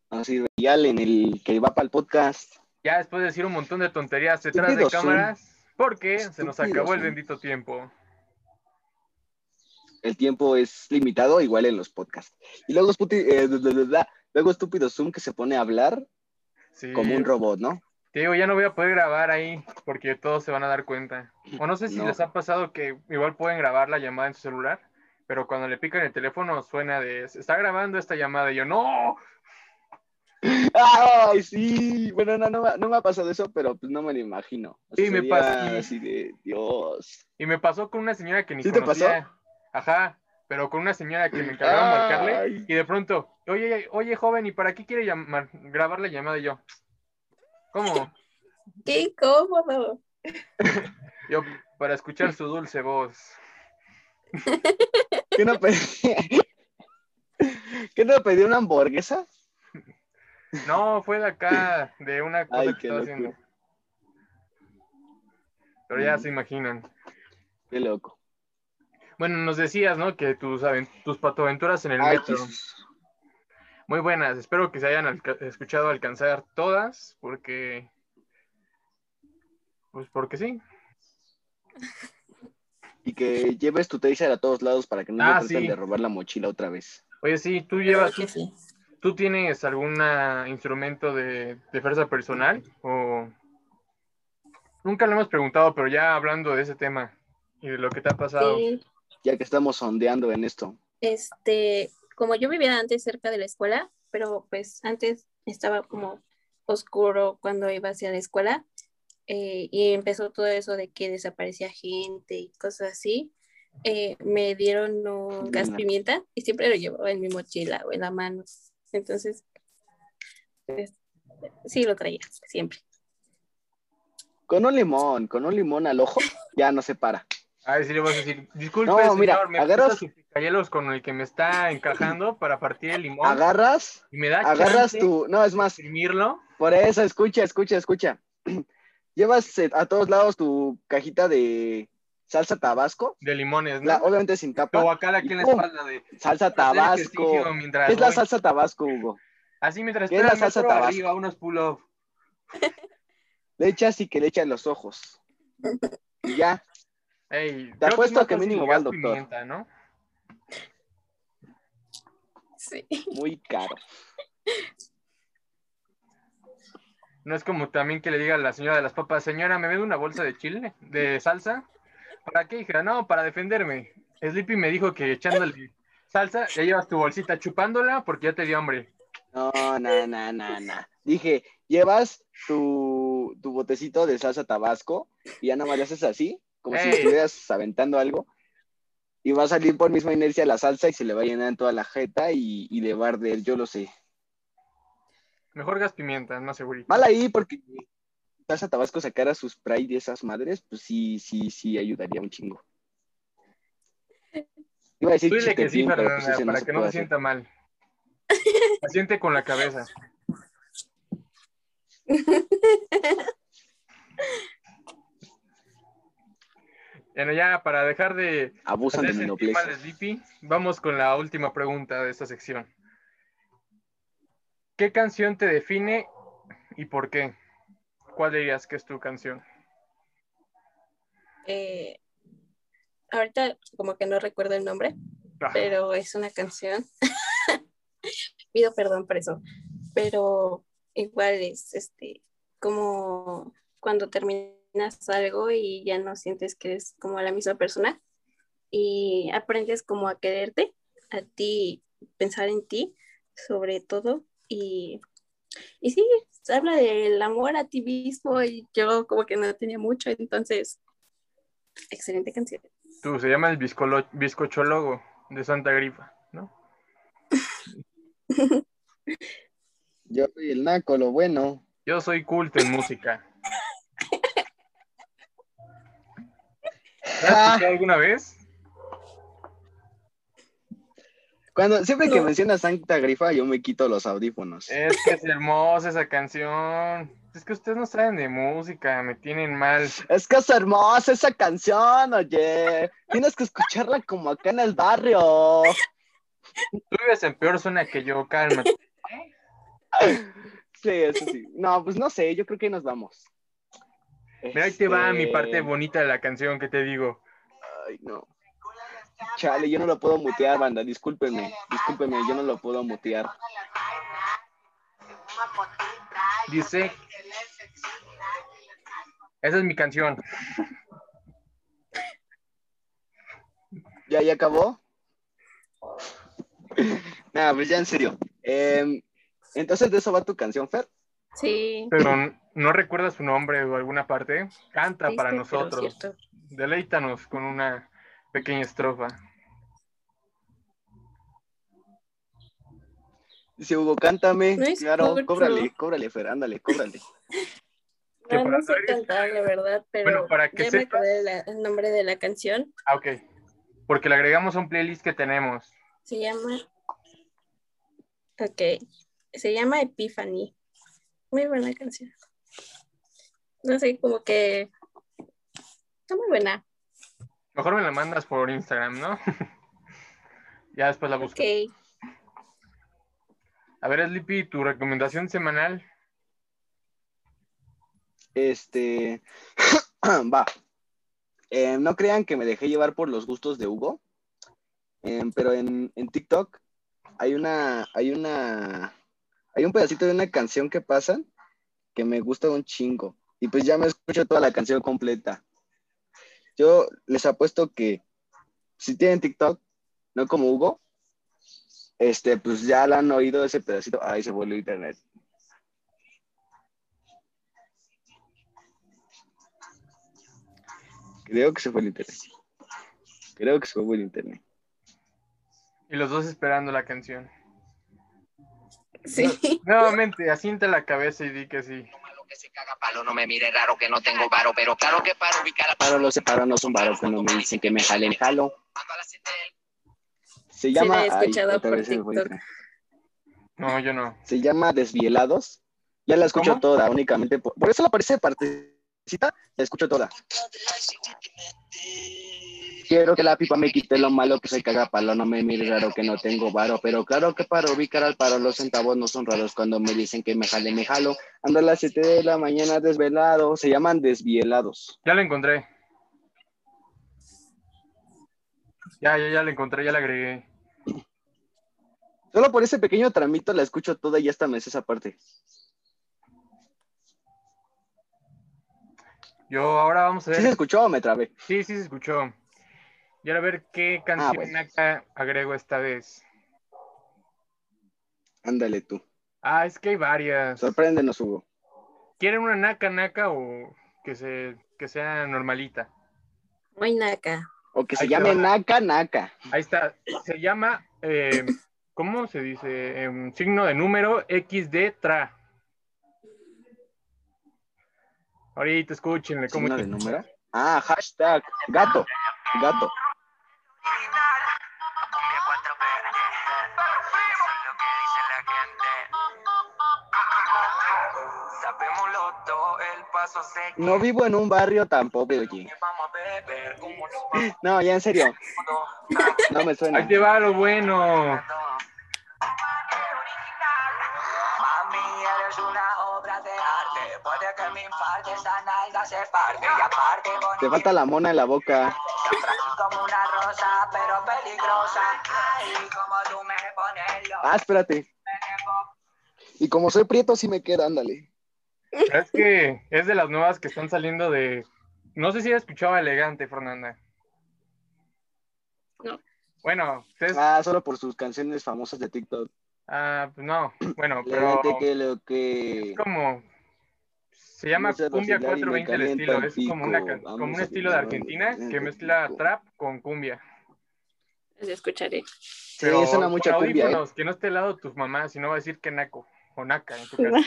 S1: Así, y Allen, el que va para el podcast.
S2: Ya después de decir un montón de tonterías detrás de
S1: Estúpidos son.
S2: cámaras, porque se
S1: Estúpidos
S2: nos acabó el
S1: son.
S2: bendito tiempo.
S1: el tiempo es limitado, igual en los podcasts. Y luego, esputi- eh, da, da, da, da. luego estúpido Zoom que se pone a hablar
S2: Sí.
S1: como un robot, ¿no?
S2: Te digo, ya no voy a poder grabar ahí porque todos se van a dar cuenta. O no sé si
S1: No.
S2: les ha pasado que igual pueden grabar la llamada en su celular, pero cuando le pican el teléfono suena de, se está grabando esta llamada y yo, no,
S1: ¡Ay, sí! Bueno, no, no, me- no me ha pasado eso, pero pues, no me lo imagino. O sea,
S2: Sí, me
S1: sería
S2: pasó.
S1: Así de, Dios.
S2: Y me pasó con una señora que ni
S1: ¿Sí te
S2: conocía. Ajá, pero con una señora que me encargaba de marcarle
S1: Ay.
S2: y de pronto, oye, oye, joven, ¿y para qué quiere llamar, grabar la llamada? Y yo, ¿cómo?
S3: ¡Qué incómodo!
S2: Yo, para escuchar su dulce voz.
S1: ¿Qué no pedí? ¿Qué no pedí una hamburguesa?
S2: No, fue de acá, de una cosa
S1: Ay,
S2: que
S1: qué
S2: estaba
S1: locura.
S2: haciendo. Pero ya
S1: Mm.
S2: se imaginan.
S1: Qué loco.
S2: Bueno, nos decías, ¿no? Que tus, aven- tus patoaventuras en el
S1: Ay,
S2: metro.
S1: Jesús.
S2: Muy buenas, espero que se hayan alca- escuchado alcanzar todas, porque. Pues porque sí.
S1: Y que lleves tu taser a todos lados para que no
S2: Ah,
S1: te traten
S2: sí.
S1: de robar la mochila otra vez.
S2: Oye, sí, tú
S4: Claro
S2: llevas.
S4: que sí.
S2: ¿Tú tienes algún instrumento de defensa personal? O... Nunca lo hemos preguntado, pero ya hablando de ese tema y de lo que te ha pasado.
S3: Sí,
S1: Ya que estamos sondeando en esto.
S3: este, como yo vivía antes cerca de la escuela, pero pues antes estaba como oscuro cuando iba hacia la escuela eh, y empezó todo eso de que desaparecía gente y cosas así. eh, me dieron un gas pimienta y siempre lo llevaba en mi mochila o en la mano. Entonces, pues, sí lo traía siempre.
S1: Con un limón, con un limón al ojo, ya no se para.
S2: Ay, sí, le vas a decir, disculpe,
S1: No,
S2: señor,
S1: mira,
S2: me
S1: agarras-
S2: agarras... sus picayelos con el que me está encajando para partir el limón
S1: Agarras,
S2: y me da
S1: agarras
S2: chance
S1: tu. No, es
S2: de
S1: más,
S2: exprimirlo.
S1: por eso, escucha, escucha, escucha. Llevas eh, a todos lados tu cajita de salsa tabasco,
S2: de limones, ¿no?
S1: la- obviamente sin
S2: O
S1: tapa.
S2: acá aquí en la
S1: ¡Pum!
S2: espalda de
S1: Salsa
S2: hacer
S1: tabasco.
S2: ejercicio mientras
S1: ¿Qué es la
S2: voy.
S1: salsa tabasco, Hugo?
S2: Así mientras
S1: qué es la
S2: espero al
S1: salsa
S2: metro,
S1: tabasco?
S2: arriba unos pull-off.
S1: Le echas y que le echas los ojos. Y ya,
S2: Ey, creo es
S1: apuesto
S2: más
S1: que
S2: fácil
S1: mínimo
S2: gas
S1: va al doctor.
S2: pimienta, ¿no?
S3: Sí.
S1: muy caro.
S2: No es como también que le diga a la señora de las papas, señora, ¿me vende una bolsa de chile? ¿De salsa? ¿Para qué? Dijera, no, para defenderme. Sleepy me dijo que echándole salsa, ya llevas tu bolsita chupándola porque ya te dio hambre.
S1: No, no, no, no, no. Dije, llevas tu, tu botecito de salsa tabasco y ya nada más le haces así, como si
S2: Ey.
S1: estuvieras aventando algo. Y va a salir por misma inercia la salsa y se le va a llenar en toda la jeta y, y le va a arder, yo lo sé.
S2: Mejor gas pimienta, es más seguro.
S1: Mal ahí porque salsa tabasco sacara sus spray de esas madres, pues sí, sí, sí, ayudaría un chingo. Iba a decir
S2: Tú dile que sí,
S1: chistepín, pero
S2: Fernanda,
S1: pues ese no
S2: para
S1: se
S2: que no
S1: puede
S2: se
S1: hacer.
S2: sienta mal. La siente con la cabeza. Bueno, ya para dejar de
S1: Abusan de
S2: Hacer
S1: mi
S2: sentir
S1: nobleza.
S2: mal a Sleepy, vamos con la última pregunta de esta sección. ¿Qué canción te define y por qué? ¿Cuál dirías que es tu canción?
S3: Eh, ahorita como que no recuerdo el nombre,
S2: Ah,
S3: pero es una canción. Pido perdón por eso, pero igual es este como cuando terminas algo y ya no sientes que eres como la misma persona y aprendes como a quererte, a ti, pensar en ti sobre todo y y sí, se habla del amor a ti mismo y yo como que no tenía mucho, entonces excelente canción.
S2: Tú, se llama El Biscolo- Bizcochólogo de Santa Grifa, ¿no?
S1: Yo soy el naco, lo bueno.
S2: Yo soy culto en música. ¿La has
S1: Ah.
S2: escuchado alguna vez?
S1: Cuando, siempre que
S3: No.
S1: mencionas Santa Grifa, yo me quito los audífonos.
S2: Es que es hermosa esa canción. Es que ustedes no saben de música, me tienen mal.
S1: Es que es hermosa esa canción, oye. Tienes que escucharla como acá en el barrio.
S2: Tú vives en peor zona que yo, cálmate.
S1: Sí, eso sí. No, pues no sé, yo creo que nos vamos.
S2: Mira, ahí te va mi parte
S1: Este,
S2: bonita de la canción que te digo.
S1: Ay, no. Chale, yo no lo puedo mutear, banda. Discúlpeme, discúlpeme, yo no lo puedo mutear.
S2: Dice. Esa es mi canción.
S1: ¿Ya, ya acabó? Nada, pues ya en serio. Em, entonces, ¿de eso va tu canción, Fer?
S3: Sí.
S2: Pero n- no recuerda su nombre o alguna parte. Canta
S3: triste,
S2: para
S3: pero
S2: nosotros.
S3: cierto.
S2: Deleítanos con una pequeña estrofa.
S1: Dice Hugo, cántame.
S3: No es
S1: claro,
S3: corto.
S1: cóbrale, cóbrale, Fer, ándale, cóbrale.
S2: Que
S3: No,
S2: para
S3: no sé
S2: saber-
S3: cantar, la verdad, pero
S2: Bueno, para que
S3: ya me
S2: sepas-
S3: acordé la- el nombre de la canción.
S2: Ah, ok. Porque le agregamos a un playlist que tenemos.
S3: Se llama. Ok. Se llama Epiphany. Muy buena canción. No sé, como que. Está muy buena.
S2: Mejor me la mandas por Instagram, ¿no? ya después la busco.
S4: Ok.
S2: A ver, Slippy, tu recomendación semanal.
S1: Este, va. Eh, no crean que me dejé llevar por los gustos de Hugo, eh, pero en, en TikTok hay una, hay una, hay un pedacito de una canción que pasan que me gusta un chingo. Y pues ya me escucho toda la canción completa. Yo les apuesto que si tienen TikTok, no como Hugo, este, pues ya la han oído ese pedacito. Ahí se volvió internet. Creo que se fue el internet. Creo que se fue el internet.
S2: Y los dos esperando la canción.
S4: Sí.
S2: Ah. Nuevamente, asiente la cabeza y di que sí.
S5: Malo que se caga palo, no me mire raro que no tengo varo, pero claro que para ubicar a
S1: Paro lo separo, no son varos cuando me dicen que me jalen jalo.
S5: Mando a la CTL.
S1: Se
S4: la he
S1: llama. ay,
S4: escuchado
S1: otra
S4: por
S1: vez se me fue el
S4: TikTok.
S1: internet.
S2: No, yo no.
S1: Se llama Desvielados. Ya la escucho
S2: ¿Cómo?
S1: toda, únicamente por, por eso la aparece partecita, la escucho toda. Quiero que la pipa me quite lo malo que se caga palo, no me mire raro que no tengo varo, pero claro que para ubicar al paro los centavos no son raros cuando me dicen que me jale, me jalo. Ando a las 7 de la mañana desvelado, se llaman desvielados.
S2: Ya la encontré. Ya, ya, ya la encontré, ya la agregué.
S1: Solo por ese pequeño tramito la escucho toda y hasta me sé esa parte.
S2: Yo ahora vamos a
S1: ¿Sí se
S2: ver.
S1: escuchó o me trabé?
S2: Sí, sí se escuchó. Y ahora a ver qué canción
S1: Ah, bueno.
S2: acá agrego esta vez.
S1: Ándale tú.
S2: Ah, es que hay varias.
S1: Sorpréndenos, Hugo.
S2: ¿Quieren una naca naca o que se que sea normalita?
S4: Muy naca.
S1: O que se
S2: Ahí te
S1: llame
S2: va.
S1: Naka Naka.
S2: Ahí está. Se llama eh, ¿cómo se dice? Em, signo de número XD tra. Ahorita escúchenle cómo
S1: ¿Signo de número? Ah, hashtag. Gato. Gato.
S5: Cumbia cuatro verde. Eso es lo que dice la gente. Sabemos los dos, el paso se
S1: No vivo en un barrio tampoco, oye.
S5: que vamos a beber. Como lo vamos
S1: No, ya en serio. No me
S2: Ahí
S1: suena.
S2: te va lo bueno.
S5: Mami, eres una obra de arte. Puede que me infarte, esa nalga se parte. Y aparte,
S1: Te
S5: bonita.
S1: falta la mona en la boca.
S5: Como una rosa, pero peligrosa. Ay, como tú me pones loco.
S1: Ah, espérate. Y como soy prieto, sí me queda, ándale.
S2: Es que es de las nuevas que están saliendo de. No sé si escuchaba elegante, Fernanda.
S3: No.
S2: Bueno, ustedes. Ah,
S1: Ah, solo por sus canciones famosas de TikTok.
S2: pues no. Bueno, pero.
S1: Levante que lo que.
S2: Es como. Se llama
S1: Vamos a
S2: Cumbia
S1: vacilar y me
S2: 420 el
S1: calienta
S2: estilo.
S1: el
S2: Es como, una,
S1: pico.
S2: can-
S1: Vamos
S2: como un
S1: a
S2: estilo de
S1: bailar,
S2: Argentina
S1: me
S2: que
S1: calienta el
S2: mezcla
S1: pico.
S2: trap con cumbia.
S3: Las escucharé.
S1: Sí,
S2: Pero
S1: suena
S2: con
S1: mucha cumbia, ¿eh?
S2: audífonos, que no esté al lado de tu mamá, si no va a decir que naco o naca en tu casa.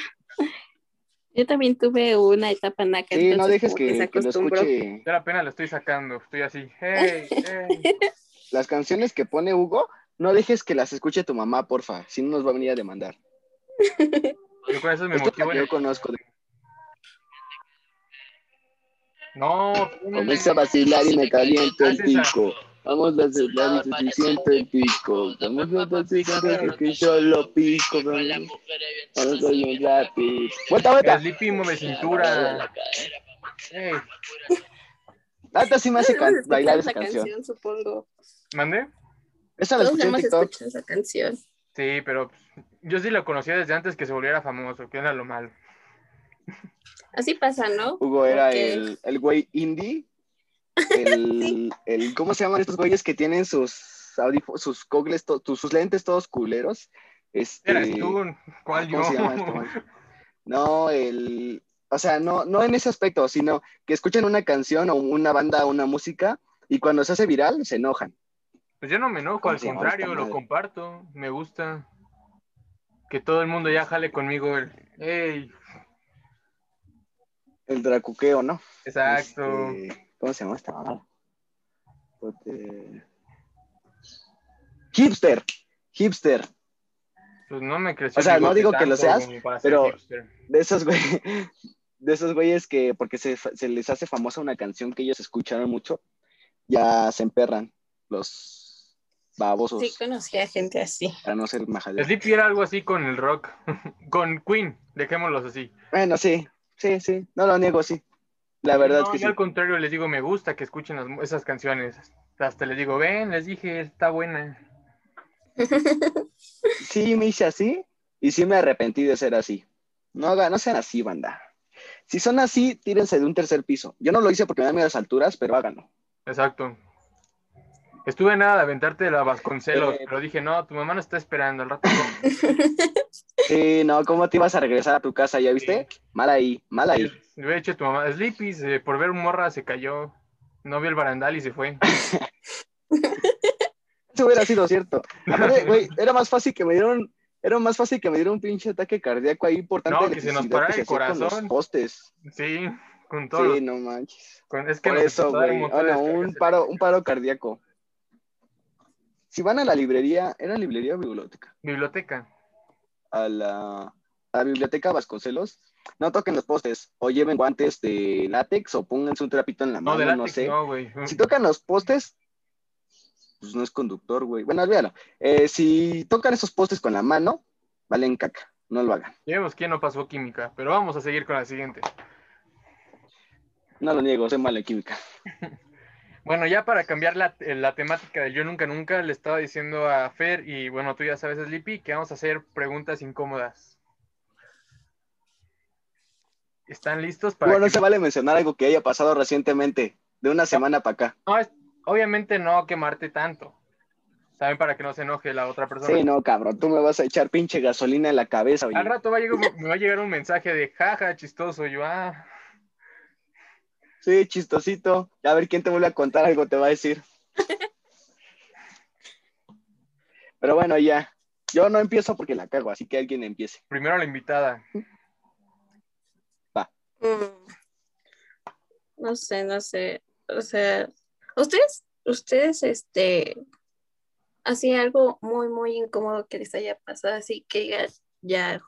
S3: Yo también tuve una etapa naca.
S1: Sí, no
S3: entonces
S1: dejes
S3: como que se
S1: que, que lo
S3: acostumbró.
S1: escuche.
S2: Yo apenas la estoy sacando. Estoy así. Hey, hey.
S1: Las canciones que pone Hugo, no dejes que las escuche tu mamá, porfa. Si no, nos va a venir a demandar.
S2: Yo con eso me
S1: Esto es la
S2: motivo.
S1: que
S2: en
S1: yo
S2: el-
S1: conozco. de-
S2: No,
S1: Comienza a vacilar y me calienta el
S2: Haz esa.
S1: pico. Vamos a vacilar y se te siente el pico. Vamos a vacilar porque yo lo pico. Vamos vamos a llorar, pi- Vuelta, vuelta.
S2: Slippy mueve cintura. Ey,
S1: Ahorita sí me hace can-
S3: Hemos
S1: bailar
S3: escuchado
S1: esa canción.
S3: supongo.
S2: ¿Mandé?
S1: Esa la
S3: Todos
S1: escuché en
S3: hemos
S1: TikTok.
S3: escuchado esa canción.
S2: Sí, pero pues, yo sí la conocía desde antes que se volviera famoso, que era lo malo.
S3: Así pasa, ¿no?
S1: Hugo era
S3: Porque-
S1: el, el güey indie. El, el- ¿Cómo se llaman estos güeyes que tienen sus audifo- sus gogles, to- tus- sus lentes todos culeros? Este,
S2: Eras tú, ¿cuál yo?
S1: ¿Cómo se llama este güey? No, el. O sea, no, no en ese aspecto, sino que escuchan una canción o una banda o una música y cuando se hace viral se enojan.
S2: Pues yo no me enojo,
S1: ¿Cómo
S2: al
S1: se llama
S2: contrario,
S1: esta
S2: lo
S1: madre?
S2: comparto, me gusta. Que todo el mundo
S1: Este
S2: ya jale conmigo el, ¡Ey!
S1: El dracuqueo, ¿no?
S2: Exacto.
S1: Este, ¿Cómo se llama esta mamada? Porque- Hipster. Hipster.
S2: Pues no me creció.
S1: O sea,
S2: el
S1: no
S2: bigote
S1: digo que lo
S2: tanto
S1: seas,
S2: como para ser
S1: pero-
S2: hipster.
S1: De esos güeyes. De esos güeyes que, porque se, fa- se les hace famosa una canción que ellos escucharon mucho, ya se emperran los babosos
S4: Sí, conocí a gente así.
S1: para no ser majaderos.
S2: Sleepy era algo así con el rock, con Queen, dejémoslos así.
S1: Bueno, sí, sí, sí, no lo niego, sí. La verdad
S2: No,
S1: es que
S2: yo
S1: sí.
S2: al contrario les digo, me gusta que escuchen las- esas canciones. Hasta les digo, ven, les dije, está buena.
S1: Sí, me hice así y sí me arrepentí de ser así. No, haga- no sean así, banda. Si son así, tírense de un tercer piso. Yo no lo hice porque me da miedo las alturas, pero háganlo.
S2: Exacto. Estuve nada de aventarte la Vasconcelos,
S1: Eh,
S2: pero dije, no, tu mamá no está esperando al rato.
S1: Sí, no, ¿cómo te ibas a regresar a tu casa? ¿Ya viste? Mal ahí, mal ahí.
S2: De hecho, tu mamá, Sleepy, se- por ver morra, se cayó. No vio el barandal y se fue.
S1: Eso hubiera sido cierto. Aparte, güey, era más fácil que me dieron, era más fácil que me dieron un pinche ataque cardíaco ahí por tanta
S2: No, que se nos
S1: electricidad
S2: parara
S1: que
S2: el
S1: se hacía con los
S2: corazón.
S1: postes.
S2: Sí, con todo.
S1: Sí, no manches.
S2: con- es que
S1: Por
S2: nos
S1: eso,
S2: empezó a dar un
S1: güey.
S2: montón de
S1: Bueno, un
S2: descargas
S1: paro, un paro cardíaco. Si van a la librería, ¿era librería o biblioteca?
S2: en la Biblioteca.
S1: a la, a la biblioteca Vasconcelos, no toquen los postes o lleven guantes de látex o pónganse un trapito en la
S2: No,
S1: mano,
S2: de
S1: no
S2: látex,
S1: sé.
S2: no, güey.
S1: Si tocan los postes, pues no es conductor, güey. Bueno, olvídalo. Eh, si tocan esos postes con la mano, valen caca, no lo hagan.
S2: Ya vemos quién no pasó química, pero vamos a seguir con la siguiente.
S1: No lo niego, soy mala en química.
S2: Bueno, ya para cambiar la, eh, la temática del yo nunca nunca, le estaba diciendo a Fer y bueno, tú ya sabes, Sleepy, que vamos a hacer preguntas incómodas. ¿Están listos para
S1: Bueno, no
S2: que-
S1: se vale mencionar algo que haya pasado recientemente, de una semana para acá.
S2: No, es- obviamente no quemarte tanto. También para que no se enoje la otra persona.
S1: Sí, no, cabrón, tú me vas a echar pinche gasolina en la cabeza, oye.
S2: Al rato va a llegar, me va a llegar un mensaje de jaja, chistoso, yo ah.
S1: Sí, chistosito. A ver quién te vuelve a contar algo, te va a decir. Pero bueno, ya. Yo no empiezo porque la cago, así que alguien empiece.
S2: Primero la invitada.
S4: Mm. No sé, no sé. O sea, ustedes, ustedes, este, así algo muy, muy incómodo que les haya pasado, así que digan, ya,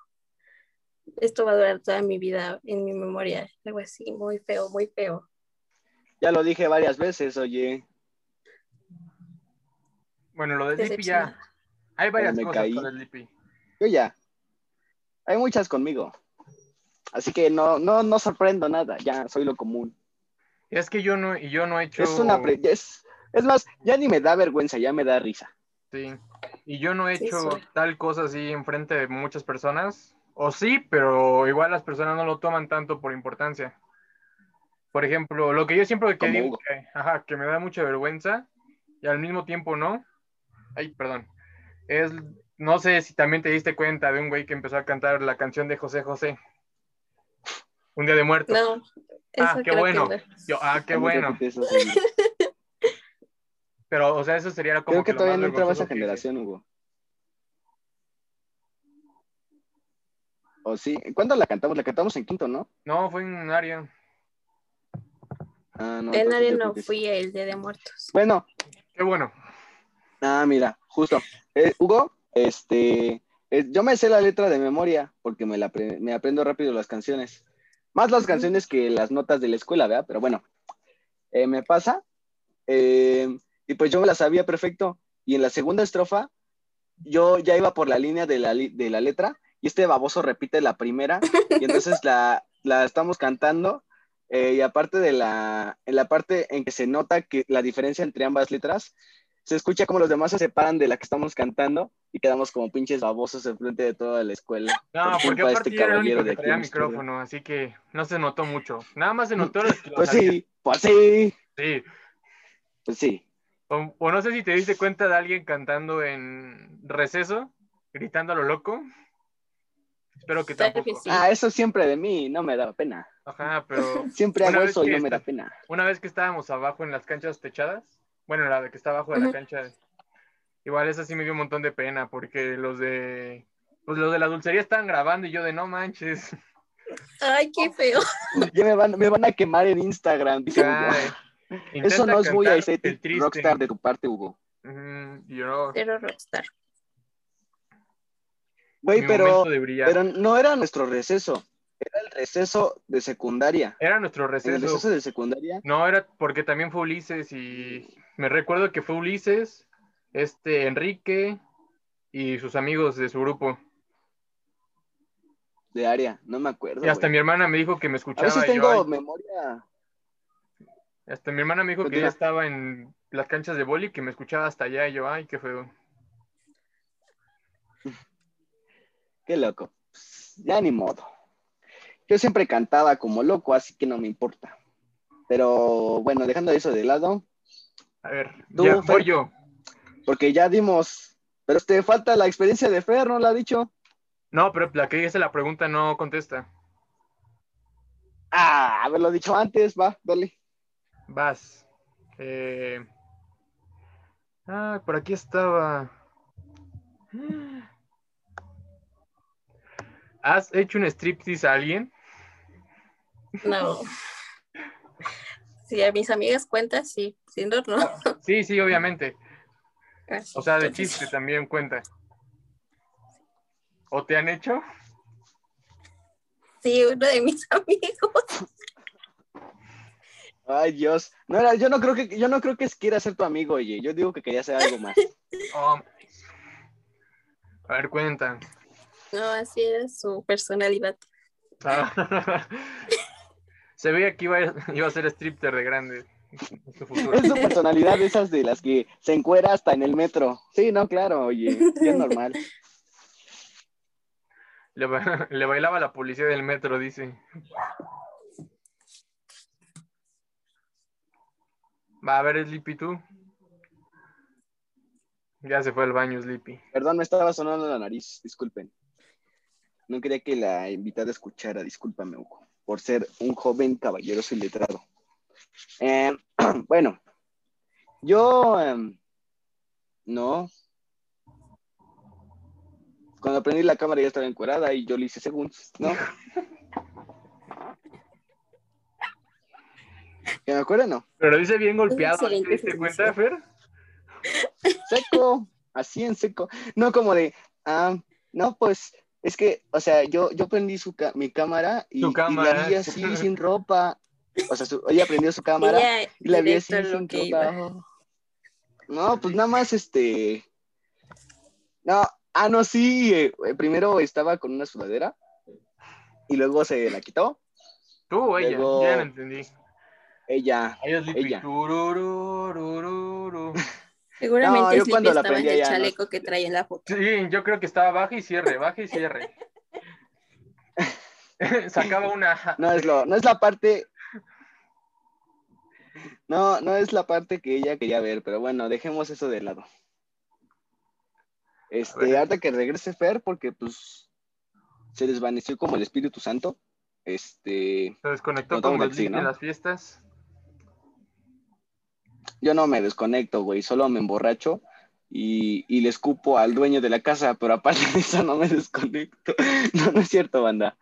S4: esto va a durar toda mi vida en mi memoria, algo así, muy feo, muy feo.
S1: Ya lo dije varias veces, oye.
S2: Bueno, lo de Sleepy ya.
S4: Decepcionada.
S2: Hay varias
S1: Me
S2: cosas
S1: caí.
S2: con Sleepy.
S1: Yo ya. Hay muchas conmigo. Así que no, no, no sorprendo nada. Ya, soy lo común.
S2: Es que yo no, y yo no he hecho.
S1: Es una pre- es, es más, ya ni me da vergüenza, ya me da risa.
S2: Sí. Y yo no he
S4: Sí,
S2: hecho
S4: soy.
S2: tal cosa así enfrente de muchas personas. O sí, pero igual las personas no lo toman tanto por importancia. Por ejemplo, lo que yo siempre que
S1: Como
S2: digo
S1: Hugo.
S2: que, ajá, que me da mucha vergüenza y al mismo tiempo no. Ay, perdón. Es, no sé si también te diste cuenta de un güey que empezó a cantar la canción de José José. Un día de muerto.
S4: No,
S2: Ah,
S4: eso
S2: qué
S4: creo que
S2: bueno.
S4: no.
S2: Yo, ah, qué
S1: No
S2: bueno.
S1: repite Eso, oye.
S2: Pero, o sea, eso sería como
S1: Creo que
S2: lo
S1: todavía
S2: más
S1: no entraba
S2: vergonzoso
S1: esa
S2: que hice.
S1: generación, Hugo. ¿O sí? ¿Cuándo la cantamos? La cantamos en quinto, ¿no?
S2: No, fue en un área.
S1: Ah, no.
S4: En
S1: entonces
S4: área
S1: yo
S4: no
S1: creo que sí.
S4: fui el Día de Muertos.
S1: Bueno,
S2: Qué bueno.
S1: ah, mira, justo. Eh, Hugo, este, eh, yo me sé la letra de memoria porque me, la apre- me aprendo rápido las canciones. Más las
S4: Ujú.
S1: canciones que las notas de la escuela, ¿verdad? Pero bueno, eh, me pasa. eh, y pues yo me la sabía perfecto. Y en la segunda estrofa, yo ya iba por la línea de la, li- de la letra y este baboso repite la primera y entonces la, la estamos cantando eh, y aparte de la, en la parte en que se nota que la diferencia entre ambas letras, se escucha como los demás se separan de la que estamos cantando y quedamos como pinches babosos enfrente de toda la escuela.
S2: No,
S1: por
S2: porque
S1: culpa de
S2: aparte
S1: este
S2: yo era el
S1: caballero de
S2: único que
S1: aquí
S2: traía
S1: en oscuro.
S2: micrófono, así que no se notó mucho. Nada más se notó los que lo
S1: Pues
S2: sabían.
S1: sí, pues sí,
S2: Sí.
S1: pues sí.
S2: O, o no sé si te diste cuenta de alguien cantando en receso, gritando a lo loco. Espero que
S4: Claro que
S2: tampoco.
S4: sí.
S1: Ah, eso siempre de mí, no me da pena.
S2: Ajá, pero
S1: Siempre
S2: Una
S1: hago
S2: vez
S1: eso y
S2: que
S1: no me da
S2: estás-
S1: pena.
S2: una vez que estábamos abajo en las canchas techadas, bueno, la de que está abajo de la
S4: Ujú.
S2: cancha, igual esa sí me dio un montón de pena, porque los de, pues los de la dulcería estaban grabando y yo de no manches.
S4: Ay, qué feo.
S1: Ya me van, me van a quemar en Instagram. dice Hugo.
S2: Ay,
S1: Eso
S2: intenta
S1: no es muy
S2: cantar
S1: Aisetti,
S2: el triste.
S1: rockstar de tu parte, Hugo.
S2: Ujú, y yo,
S1: Eh,
S4: Pero rockstar.
S1: Güey,
S2: mi
S1: pero,
S2: momento de brillar.
S1: pero no era nuestro receso. Era el receso de secundaria.
S2: Era nuestro
S1: En el
S2: receso.
S1: receso de secundaria,
S2: No, era porque también fue Ulises y me recuerdo que fue Ulises, este Enrique y sus amigos de su grupo.
S1: de área, no me acuerdo.
S2: Y hasta
S1: güey.
S2: mi hermana me dijo que me
S1: A
S2: escuchaba.
S1: veces
S2: y yo,
S1: tengo
S2: "Ay".
S1: memoria.
S2: Hasta mi hermana me dijo que
S1: Continúa.
S2: ella estaba en las canchas de boli, que me escuchaba hasta allá. Y yo, ay, qué feo.
S1: Qué loco. Ya ni modo. Yo siempre cantaba como loco, así que no me importa. Pero bueno, dejando eso de lado,
S2: A ver,
S1: Tú,
S2: ya
S1: Fer.
S2: voy yo.
S1: porque ya dimos. Pero te falta la experiencia de Fer, ¿no la ha dicho?
S2: No, pero la que dice la pregunta no contesta.
S1: Ah, haberlo dicho antes, va, dale.
S2: Vas. Eh, Ah, por aquí estaba. ¿Has hecho un striptease a alguien?
S4: No. Si a mis amigas cuenta, sí. Si no, no.
S2: Sí, sí, obviamente. O sea, de
S4: Entonces,
S2: chiste también cuenta. ¿O te han hecho?
S4: Sí, uno de mis amigos.
S1: Ay, Dios. No era, yo no creo que, yo no creo que quiera ser tu amigo, oye. Yo digo que quería ser algo más.
S2: Oh. A ver, cuenta.
S4: No, así era su personalidad.
S2: Ah. Se veía que iba a, iba a ser stripter de grande. en su futuro.
S1: Es su personalidad, de esas de las que se encuera hasta en el metro. Sí, no, claro, oye, bien normal.
S2: Le, ba- le bailaba a la policía del metro, dice. Va a ver, Sleepy, tú. Ya se fue al baño, Sleepy.
S1: Perdón, me estaba sonando la nariz, disculpen. No quería que la invitada escuchara, discúlpame, Hugo, por ser un joven caballeroso y letrado. Eh, bueno, yo em, no. Cuando prendí la cámara ya estaba encuerada y yo le hice segundos, ¿no? ¿Que me acuerdo? No.
S2: Pero lo dice bien golpeado. ¿Te
S4: excelente
S2: diste cuenta,
S4: servicio.
S2: Fer?
S1: seco, así en seco. No como de, ah, no, pues es que, o sea, yo, yo prendí su ca- mi cámara y,
S2: Tu
S1: y
S2: cámara.
S1: la vi así sin ropa. O sea, su- ella prendió su cámara
S4: Ella
S1: y la vi así
S4: directo a lo
S1: sin
S4: que
S1: ropa. No, pues nada más este. No, ah, no, sí. eh, primero estaba con una sudadera y luego se la quitó.
S2: Tú o ella.
S1: Luego-
S2: Ya no entendí.
S1: Ella.
S2: Ahí es Sleepy.
S1: Ella.
S2: Turururururu.
S1: No,
S4: Seguramente
S1: yo
S4: Sleepy
S1: cuando la
S4: estaba en
S1: aprendí
S4: el
S1: ya no-
S4: chaleco que traía en la foto.
S2: Sí, yo creo que estaba baja y cierre, baja y cierre. Sacaba una.
S1: No es, lo, no es la parte. No, no es la parte que ella quería ver, pero bueno, dejemos eso de lado.
S2: A ver.
S1: Este, ahorita que regrese Fer, porque pues se desvaneció como el Espíritu Santo. Este,
S2: Se desconectó
S1: No,
S2: como
S1: toma
S2: el
S1: taxi,
S2: Sleepy de
S1: ¿no?
S2: las fiestas.
S1: yo no me desconecto, güey, solo me emborracho y, y le escupo al dueño de la casa, pero aparte de eso no me desconecto. No, no es cierto, banda.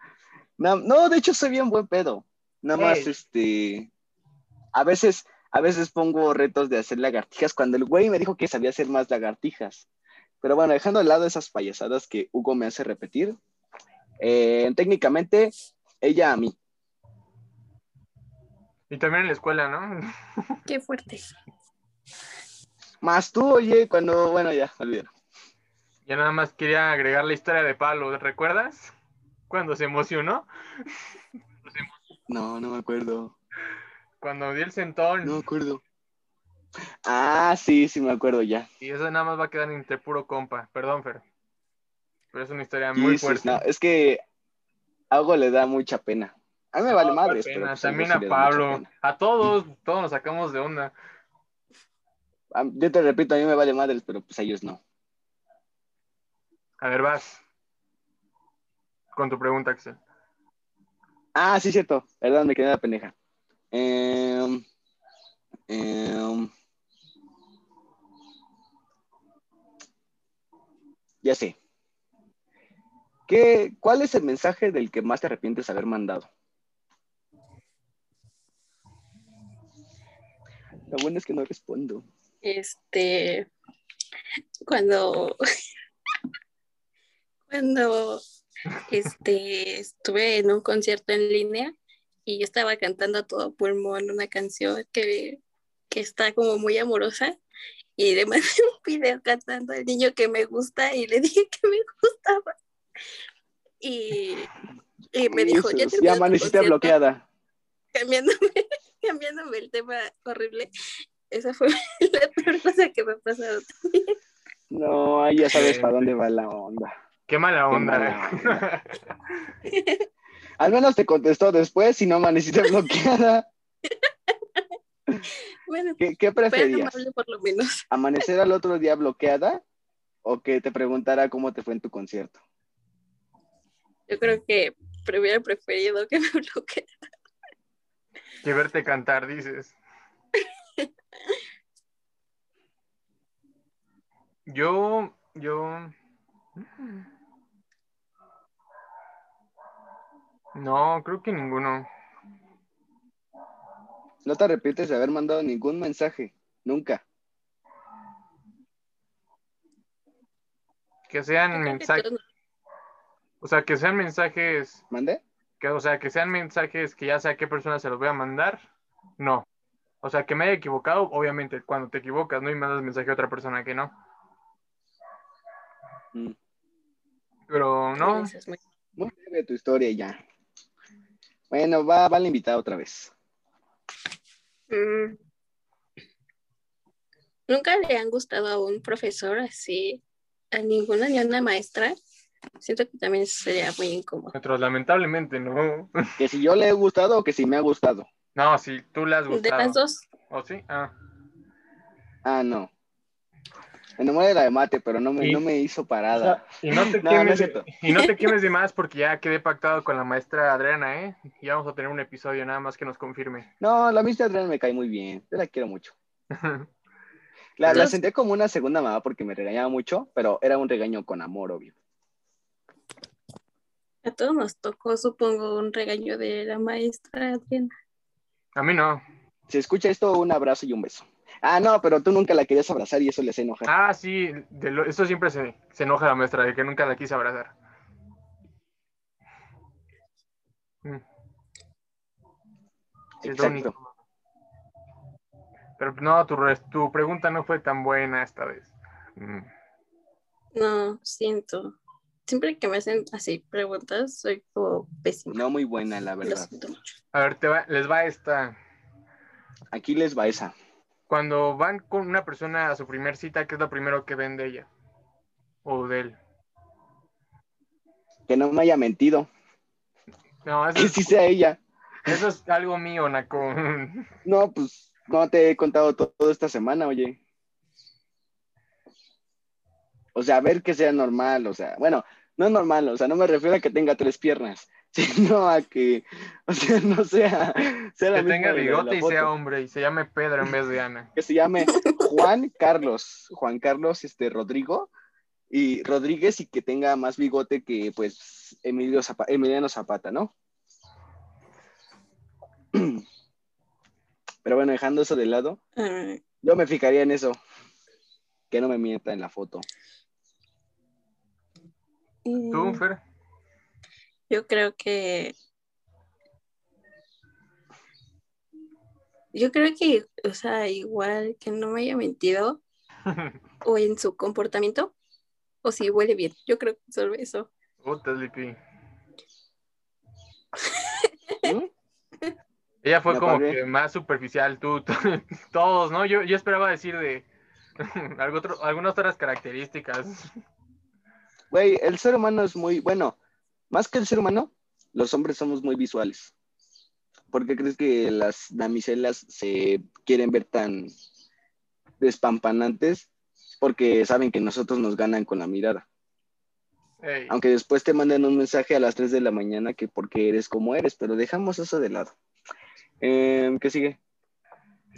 S1: No, no, de hecho soy bien buen pedo. Nada más,
S2: Ey.
S1: este, a veces, a veces pongo retos de hacer lagartijas cuando el güey me dijo que sabía hacer más lagartijas. Pero bueno, dejando de lado esas payasadas que Hugo me hace repetir, eh, técnicamente ella a mí.
S2: Y también en la escuela, ¿no?
S4: Qué fuerte.
S1: Más tú, oye, cuando, bueno, ya, olvídalo.
S2: Yo nada más quería agregar la historia de Pablo, ¿recuerdas? Cuando se emocionó,
S1: No, no me acuerdo.
S2: cuando dio el sentón.
S1: No me acuerdo. Ah, sí, sí me acuerdo ya.
S2: Y eso nada más va a quedar entre puro compa. Perdón, Fer. Pero es una historia muy
S1: Jesus,
S2: fuerte.
S1: no, es que a Hugo le da mucha pena. A mí me vale
S2: No,
S1: madres,
S2: qué
S1: pero
S2: pena.
S1: pues,
S2: También
S1: Hugo
S2: a
S1: sí le da mucha
S2: Pablo.
S1: pena.
S2: A todos, todos nos sacamos de onda.
S1: A- Yo te repito, a mí me vale madres, pero pues a ellos no.
S2: A ver, vas. Con tu pregunta, Axel.
S1: Ah, sí, cierto. Perdón, me quedé en la pendeja. Em, em, ya sé. ¿Qué, ¿Cuál es el mensaje del que más te arrepientes haber mandado? Lo bueno es que no respondo.
S4: Este, cuando, cuando
S3: este, estuve en un concierto en línea y yo estaba cantando a todo pulmón una canción que, que está como muy amorosa y le mandé un video cantando al niño que me gusta y le dije que me gustaba. Y, y me dijo, ya
S1: ya amaneciste
S3: terminó tu concierto".
S1: bloqueada.
S3: Cambiándome, cambiándome el tema horrible. Esa fue la peor cosa que me ha pasado.
S1: No, ahí ya sabes para dónde va la onda.
S2: Qué mala
S1: Qué
S2: onda.
S1: mala
S2: eh.
S1: onda. Al menos te contestó después si no amaneciste bloqueada.
S3: Bueno,
S1: ¿Qué, qué
S3: fue
S1: preferías?
S3: amable por lo menos.
S1: ¿Amanecer al otro día bloqueada o que te preguntara cómo te fue en tu concierto?
S3: Yo creo que pre- hubiera preferido que me bloqueara.
S2: que verte cantar, dices. Yo, yo. No, creo que ninguno.
S1: No te arrepientes de haber mandado ningún mensaje, nunca.
S2: Que sean
S3: Creo que
S2: mensajes,
S3: todos
S2: o sea, que sean mensajes,
S1: ¿Mandé?
S2: que, o sea, que sean mensajes que ya sé a qué persona se los voy a mandar. No. O sea, que me haya equivocado, obviamente, cuando te equivocas, ¿no? Y mandas mensaje a otra persona que no.
S1: Mm.
S2: Pero
S3: nos-
S2: no,
S3: nos- es muy-
S1: Muy breve tu historia y ya. Bueno, va, va la invitada otra vez.
S3: Mm. ¿Nunca le han gustado a un profesor así? A ninguna ni a una maestra. Siento que también sería muy incómodo.
S2: nosotros lamentablemente no.
S1: Que si yo le he gustado o que si me ha gustado.
S2: No, si tú le has
S3: De
S2: gustado.
S3: las dos,
S2: ¿O sí? Ah.
S1: Ah, no. Me enamoré de la de mate, pero no me,
S2: Y-
S1: no me hizo parada.
S2: Y no te
S1: No, no es
S2: quemes,
S1: cierto.
S2: y no te quemes de más porque ya quedé pactado con la maestra Adriana, ¿eh? Y vamos a tener un episodio nada más que nos confirme.
S1: No, la misma Adriana me cae muy bien. Yo la quiero mucho. La, la
S3: Entonces-
S1: sentía como una segunda mamá porque me regañaba mucho, pero era un regaño con amor, obvio.
S3: a todos nos tocó, supongo, un regaño de la maestra Adriana.
S2: A mí no.
S1: Si escucha esto, un abrazo y un beso. Ah, no, pero tú nunca la querías abrazar y eso le hace enojar.
S2: Ah, sí, de lo- eso siempre se, se enoja la maestra, de que nunca la quise abrazar. Mm, sí, es lo
S1: Exacto.
S2: único. Pero no, tu, res- tu pregunta no fue tan buena esta vez. Mm.
S3: No, siento. Siempre que me hacen así preguntas, soy como pésima.
S1: No muy buena, la
S3: Lo
S1: verdad.
S3: siento mucho.
S2: A ver, te va- les va esta.
S1: Aquí les va esa.
S2: Cuando van con una persona a su primer cita, ¿qué es lo primero que ven de ella? O de él.
S1: Que no me haya mentido.
S2: No, eso
S1: Que
S2: es,
S1: sí sea ella.
S2: eso es algo mío, Naco.
S1: No, pues no te he contado to- todo esta semana, oye. O sea, a ver que sea normal, o sea, bueno, no es normal, o sea, no me refiero a que tenga tres piernas, sino a que, o sea, no sea, sea la
S2: Que
S1: misma de la-
S2: tenga
S1: de
S2: bigote
S1: la
S2: y
S1: foto.
S2: sea hombre y se llame Pedro en vez de Ana.
S1: que se llame Juan Carlos, Juan Carlos este, Rodrigo y Rodríguez y que tenga más bigote que pues Emilio Zapa- Emiliano Zapata, ¿no? Pero bueno, dejando eso de lado,
S3: Ah,
S1: yo me fijaría en eso, que no me mienta en la foto.
S3: y-
S2: ¿Tú, Fer?
S3: Yo creo que. Yo creo que, o sea, igual que no me haya mentido o en su comportamiento o si huele bien. Yo creo que solo eso.
S2: Puta, Sleepy.
S1: ¿Mm?
S2: Ella fue
S1: Me
S2: como
S1: apagué.
S2: que más superficial, tú, tú- todos, ¿no? Yo, yo esperaba decir de algo otro- algunas otras características.
S1: Güey, el ser humano es muy, bueno, más que el ser humano, los hombres somos muy visuales. ¿Por qué crees que las damiselas se quieren ver tan despampanantes? Porque saben que nosotros nos ganan con la mirada.
S2: Ey,
S1: Aunque después te manden un mensaje a las 3 de la mañana que porque eres como eres, pero dejamos eso de lado. Em, ¿Qué sigue?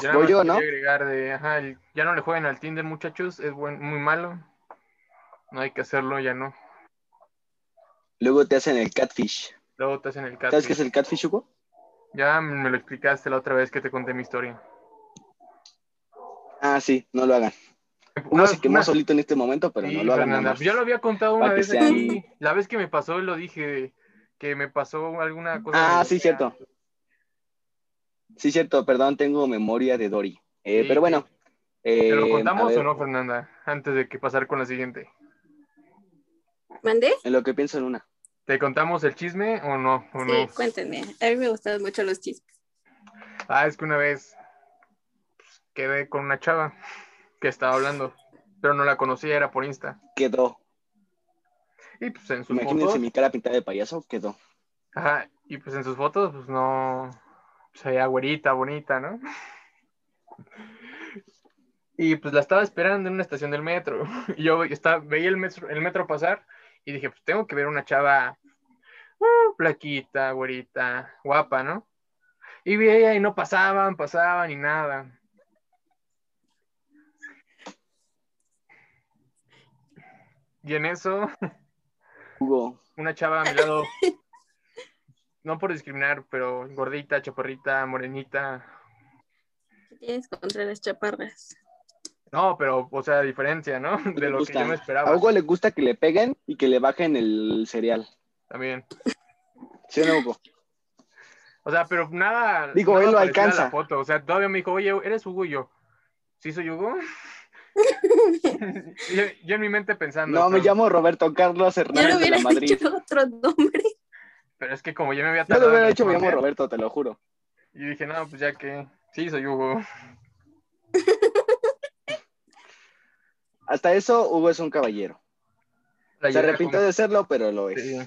S2: yo nada
S1: voy
S2: más
S1: yo,
S2: quería
S1: ¿no?
S2: agregar de, ajá, el- ya no le jueguen al Tinder, muchachos, es buen, muy malo. No hay que hacerlo, ya no.
S1: Luego te hacen el catfish.
S2: Luego te hacen el caso.
S1: ¿Sabes qué es el catfish, Hugo?
S2: Ya me lo explicaste la otra vez que te conté mi historia.
S1: Ah, sí, no lo hagan. Uno
S2: Ah,
S1: se quemó
S2: una-
S1: solito en este momento, pero
S2: Sí,
S1: no lo hagan
S2: Fernanda,
S1: nada
S2: pues ya lo había contado una
S1: Para que
S2: vez
S1: sean-
S2: aquí. La vez que me pasó, lo dije, que me pasó alguna cosa.
S1: Ah, sí, cierto. Sí, cierto, perdón, tengo memoria de Dory. Eh,
S2: Sí,
S1: pero bueno.
S2: ¿Te lo
S1: eh, a
S2: contamos
S1: ver,
S2: o no, Fernanda? Antes de que pasar con la siguiente.
S4: ¿Mandé?
S1: En lo que pienso en una.
S2: ¿Te contamos el chisme o no?
S1: Oh,
S2: O
S4: Sí,
S2: no?
S4: cuéntenme. A mí me gustan mucho los chismes.
S2: Ah, es que una vez pues, quedé con una chava que estaba hablando, pero no la conocía, era por Insta.
S1: Quedó.
S2: Y pues en sus
S1: Imagínense
S2: fotos,
S1: mi cara pintada de payaso, quedó.
S2: ajá, y pues en sus fotos, pues no, pues, se veía güerita, bonita, ¿no? Y pues la estaba esperando en una estación del metro. Y yo estaba, veía el metro, el metro pasar y dije, pues tengo que ver una chava uh, plaquita, güerita, guapa, ¿no? Y veía y no pasaban, pasaban y nada. Y en eso,
S1: Hugo.
S2: una chava a mi lado, no por discriminar, pero gordita, chaparrita, morenita.
S4: ¿Qué tienes contra las chaparras?
S2: No, pero, o sea, diferencia, ¿no? De
S1: le
S2: lo que
S1: gusta.
S2: yo me esperaba.
S1: A Hugo le gusta que le peguen y que le bajen el cereal.
S2: También.
S1: ¿Sí o no, Hugo?
S2: O sea, pero nada.
S1: Digo,
S2: nada
S1: él lo
S2: parecido a
S1: alcanza.
S2: La foto. O sea, todavía me dijo, oye, ¿eres Hugo y yo? ¿Sí soy Hugo? yo, yo en mi mente pensando.
S1: No, me
S2: pero,
S1: llamo Roberto Carlos
S4: Yo le
S1: Hernández de
S4: hubiera
S1: la Madrid.
S4: dicho otro nombre.
S2: pero es que como Ah, ya me había
S1: Yo lo
S2: tardado en
S1: hubiera hecho, me llamo
S2: responder,
S1: Roberto, te lo juro.
S2: Y dije, no, pues ya que. Sí, soy Hugo.
S1: Hasta eso, Hugo es un caballero.
S2: La
S1: Se
S2: llevé a
S1: arrepintió
S2: comer,
S1: de serlo, pero lo es.
S2: sí.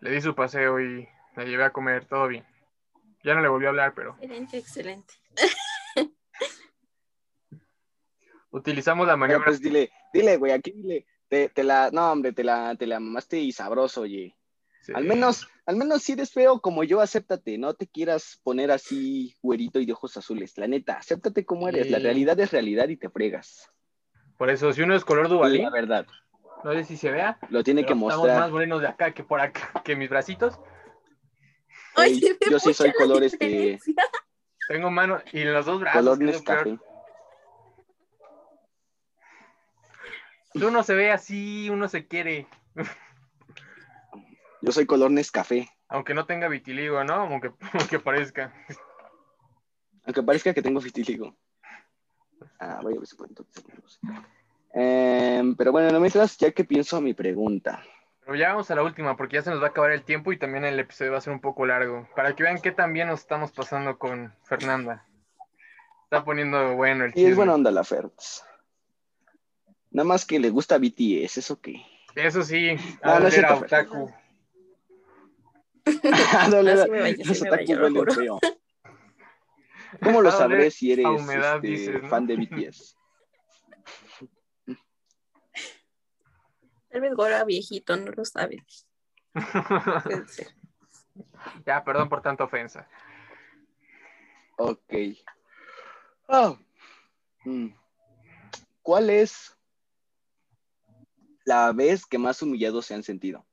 S2: Le di su paseo y la llevé a comer, todo bien. Ya no le volví a hablar, pero
S4: Excelente, excelente.
S2: utilizamos la
S1: Pero
S2: maniobra.
S1: pues dile, dile, güey, aquí dile. Te, te la, no, hombre, te la, te la mamaste y sabroso, oye.
S2: sí.
S1: Al menos, al menos si eres feo como yo, acéptate. No te quieras poner así güerito y de ojos azules. La neta, acéptate como eres. La
S2: Sí.
S1: realidad es realidad y te fregas.
S2: Por eso, si uno es color duvalín,
S1: La verdad,
S2: no sé si se vea.
S1: lo tiene
S2: pero
S1: que
S2: estamos más
S1: mostrar.
S2: morenos de acá que por acá, que mis bracitos.
S4: Ay,
S1: Ey,
S4: se ve
S1: yo sí soy
S4: mucho la
S1: color, este,
S4: diferencia.
S2: Tengo mano y en los dos brazos.
S1: Color
S2: que es lo peor.
S1: Nescafé.
S2: Uno se ve así, uno se quiere,
S1: Yo soy color Nescafé.
S2: aunque no tenga vitiligo, ¿no? Aunque, aunque parezca.
S1: Aunque parezca que tengo vitiligo. Ah, voy a ver si puedo entonces. Em, pero bueno, no mientras, ya que pienso mi pregunta.
S2: Pero ya vamos a la última, porque ya se nos va a acabar el tiempo y también el episodio va a ser un poco largo. Para que vean qué tan bien nos estamos pasando con Fernanda. Está poniendo bueno el
S1: Y es
S2: chisme.
S1: buena onda la Fer. Nada más que le gusta BTS, ¿eso qué?
S2: Eso sí,
S1: No,
S2: al
S1: no es
S2: era
S1: cierto,
S2: otaku.
S1: no, no,
S4: Ah,
S1: no,
S4: sí me baño,
S1: los
S4: sí me baño,
S1: otakus
S4: lo
S1: huelen
S4: juro.
S1: feo. ¿Cómo lo
S2: Ah, huele
S1: sabré si eres
S2: a humedad,
S1: este,
S2: dices, ¿no?
S1: fan de BTS?
S4: Tal vez Gora viejito, no lo sabe. Puede ser.
S2: ya, perdón por tanta ofensa.
S1: Ok. Ah. Mm. ¿Cuál es la vez que más humillados se han sentido?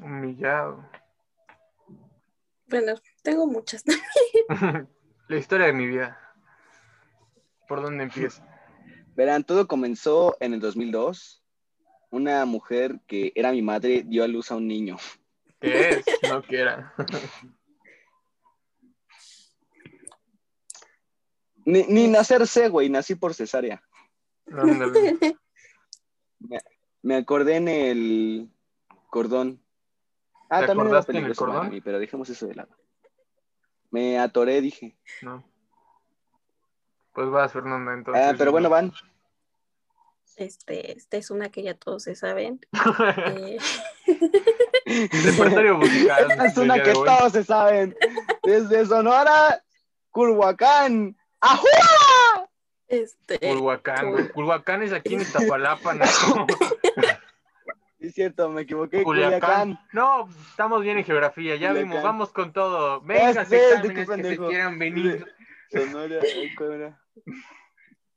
S2: Humillado.
S4: Bueno, tengo muchas.
S2: la historia de mi vida. ¿Por dónde empieza?
S1: Verán, todo comenzó en el 2002. Una mujer que era mi madre dio a luz a un niño.
S2: ¿Qué es? No quiera.
S1: Ni, ni nacer sé, güey, nací por cesárea.
S2: Ándale.
S1: Me acordé en el cordón. Ah,
S2: ¿Te
S1: también era
S2: acordaste en el
S1: peligroso para
S2: cordón?
S1: mí, pero dejemos eso de lado. Me atoré, dije.
S2: No. Pues vas, Fernanda, entonces.
S1: Ah, pero bueno, van.
S4: Este, esta es una que ya todos se saben. Eh,
S2: Repertorio musical.
S1: Es
S2: del
S1: una
S2: día
S1: que
S2: de hoy.
S1: todos se saben. Desde Sonora, Culhuacán. ¡Ajú!
S4: este,
S2: Culhuacán.
S4: Cul-
S2: Culhuacán es aquí en Iztapalapa, ¿no?
S1: Es cierto, me equivoqué.
S2: Culiacán.
S1: Culiacán.
S2: No, estamos bien en geografía, ya
S1: Culiacán.
S2: vimos, vamos con todo.
S1: Ya
S2: Vengan,
S1: sé, de qué
S2: exámenes que se
S1: pendejo.
S2: quieran venir.
S1: Sonora, ay, cámara.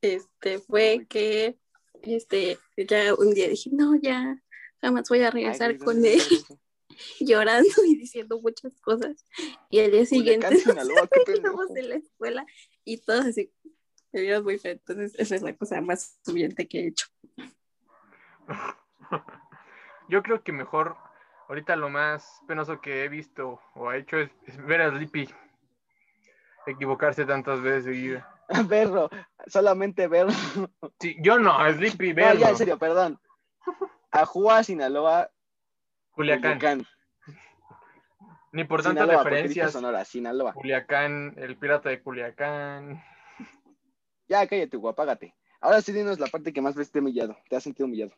S4: este fue que este, ya un día dije, no, ya jamás voy a
S1: Ay,
S4: regresar
S1: güey,
S4: con
S1: ¿dónde
S4: él.
S1: está eso?
S4: llorando y diciendo muchas cosas. Y al día siguiente
S1: Culiacán, Sinaloa, qué
S4: estábamos
S1: pendejo.
S4: en la escuela y todos así me vieron muy feo. Entonces, esa es la cosa más humillante que he hecho.
S2: Yo creo que mejor, ahorita lo más penoso que he visto o he hecho es, es ver a Sleepy equivocarse tantas veces seguida.
S1: Verlo, solamente verlo.
S2: Sí, yo no, a Sleepy,
S1: No,
S2: verlo.
S1: ya, en serio, perdón. Ajua, Sinaloa,
S2: Culiacán.
S1: Culiacán.
S2: Ni por tantas
S1: Sinaloa, porque dije
S2: referencias.
S1: Sonora, Sinaloa.
S2: Culiacán, el pirata de Culiacán.
S1: Ya, cállate, guapágate. Ahora sí dinos la parte que más veces te he humillado. Te has sentido humillado.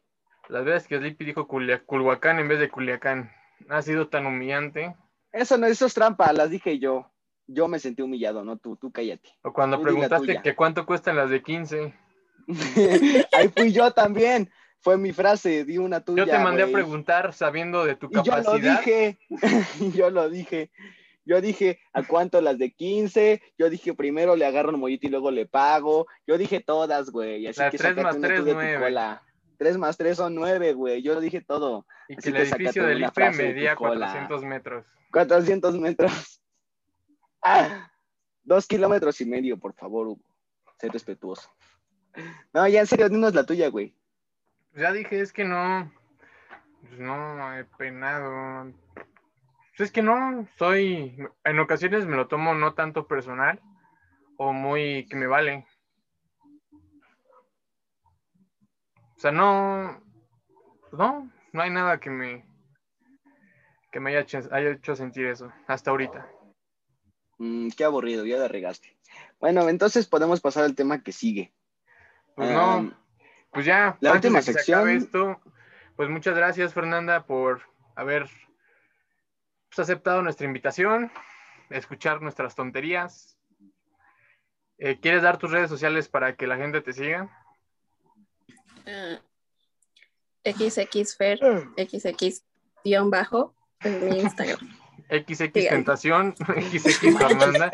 S2: Las veces que Sleepy dijo Culia- Culhuacán en vez de Culiacán. Ha sido tan humillante.
S1: Eso no, eso es trampa, las dije yo. Yo me sentí humillado, no tú, tú cállate.
S2: O cuando
S1: Tú di la
S2: preguntaste
S1: tuya.
S2: que cuánto cuestan las de 15.
S1: Ahí fui yo también. Fue mi frase, di una tuya.
S2: Yo te mandé a
S1: güey.
S2: preguntar sabiendo de tu
S1: Y yo lo
S2: capacidad.
S1: dije. Y yo lo dije. Yo dije, ¿a cuánto las de 15? Yo dije, primero le agarro un mollito y luego le pago. Yo dije todas, güey. Así
S2: La
S1: que
S2: tres
S1: sácate
S2: más
S1: una
S2: tres,
S1: tú de tu
S2: nueve.
S1: cola. 3 más 3 son 9, güey. Yo lo dije todo.
S2: Y que
S1: Así
S2: el
S1: que sácate
S2: edificio del
S1: una
S2: IPE
S1: frase de tu
S2: medía
S1: cola.
S2: 400 metros.
S1: 400 metros. Ah, dos kilómetros y medio, por favor, Hugo. Sé respetuoso. No, ya en serio, dinos la tuya, güey.
S2: pues, Ya dije, es que no. pues no, he penado. Pues es que no, soy. En ocasiones me lo tomo no tanto personal o muy que me vale. O sea, no. No, no hay nada que me. que me haya hecho, haya hecho sentir eso hasta ahorita.
S1: Mm, qué aburrido, ya la regaste. Bueno, entonces podemos pasar al tema que sigue.
S2: Pues
S1: Um,
S2: no, pues ya.
S1: la
S2: antes de
S1: última
S2: que se
S1: sección.
S2: acabe esto, pues muchas gracias, Fernanda, por haber pues, aceptado nuestra invitación, escuchar nuestras tonterías. Eh, ¿Quieres dar tus redes sociales para que la gente te siga?
S4: Ah, XXfer, XX guión bajo en mi Instagram.
S2: XX
S4: Sí, ahí.
S2: Tentación, XX Fernanda,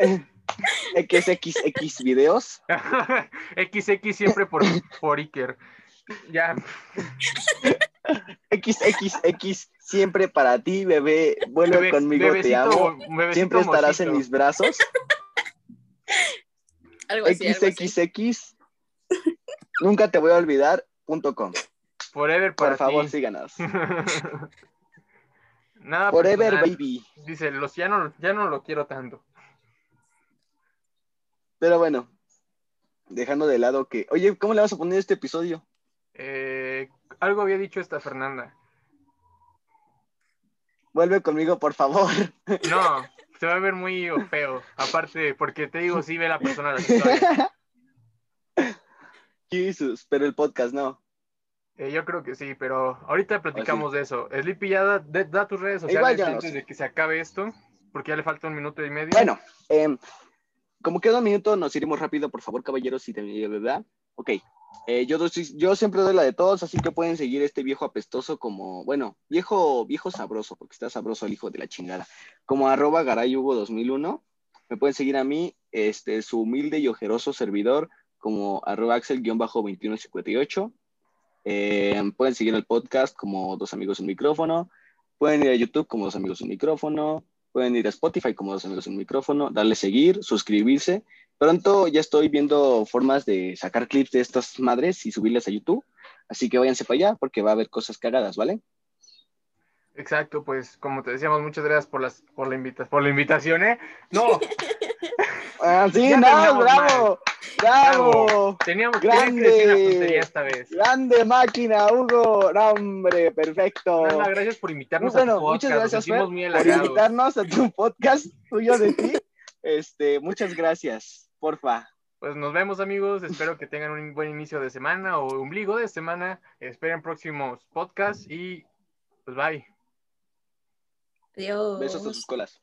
S1: XXX videos.
S2: XX siempre por, por Iker. Ya,
S1: XXX siempre para ti, bebé. Vuelve
S2: bebe-
S1: conmigo, te amo.
S2: bebecito
S1: Siempre estarás en
S2: mojito.
S1: mis brazos.
S4: Algo así, algo así.
S1: XXX. Nunca te voy a olvidar. punto com.
S2: Forever para
S1: Por favor,
S2: ti.
S1: síganos.
S2: Nada
S1: Forever,
S2: personal.
S1: baby.
S2: Dice, los, ya, no, ya no lo quiero tanto.
S1: Pero bueno, dejando de lado que. Oye, ¿cómo le vas a poner este episodio?
S2: Eh, algo había dicho esta Fernanda.
S1: Vuelve conmigo, por favor.
S2: No, se va a ver muy feo. Aparte, porque te digo, sí ve la persona la historia.
S1: Jesus, pero el podcast no.
S2: Eh, yo creo que sí, pero ahorita platicamos de eso. Sleepy, ya da, de- da tus redes sociales
S1: Pues Igual ya no
S2: antes
S1: sé.
S2: de que se acabe esto, porque ya le falta un minuto y medio.
S1: Bueno, em, como queda un minuto, nos iremos rápido, por favor, caballeros, si te ¿verdad? Ok. Eh, yo, doy- yo siempre doy la de todos, así que pueden seguir este viejo apestoso como, bueno, viejo, viejo sabroso, porque está sabroso el hijo de la chingada, como arroba garayhugo 2001. Me pueden seguir a mí, este, su humilde y ojeroso servidor, como arroba axel-2158. Eh, pueden seguir el podcast como Dos Amigos Un Micrófono. Pueden ir a YouTube como Dos Amigos Un Micrófono. Pueden ir a Spotify como Dos Amigos Un Micrófono. Darle seguir, suscribirse. Pronto ya estoy viendo formas de sacar clips de estas madres y subirlas a YouTube. Así que váyanse para allá porque va a haber cosas cagadas, ¿vale?
S2: Exacto, pues como te decíamos, muchas gracias por, las, por, la, invita por la invitación, ¿eh? No,
S1: Ah, sí,
S2: Ya
S1: no,
S2: terminamos
S1: bravo, bravo.
S2: teníamos tenía que decir una
S1: Grande.
S2: tontería esta vez.
S1: Grande máquina, Hugo. No, hombre, perfecto.
S2: Nada, gracias por invitarnos a
S1: Bueno,
S2: tu podcast.
S1: muchas
S2: nos
S1: gracias,
S2: sentimos
S1: Fer,
S2: muy
S1: por
S2: halagados.
S1: invitarnos a tu podcast tuyo de ti. Este, muchas gracias, porfa.
S2: Pues nos vemos amigos, espero que tengan un buen inicio de semana o ombligo de semana, esperen próximos podcasts y pues bye.
S4: Adiós.
S1: Besos a sus colas.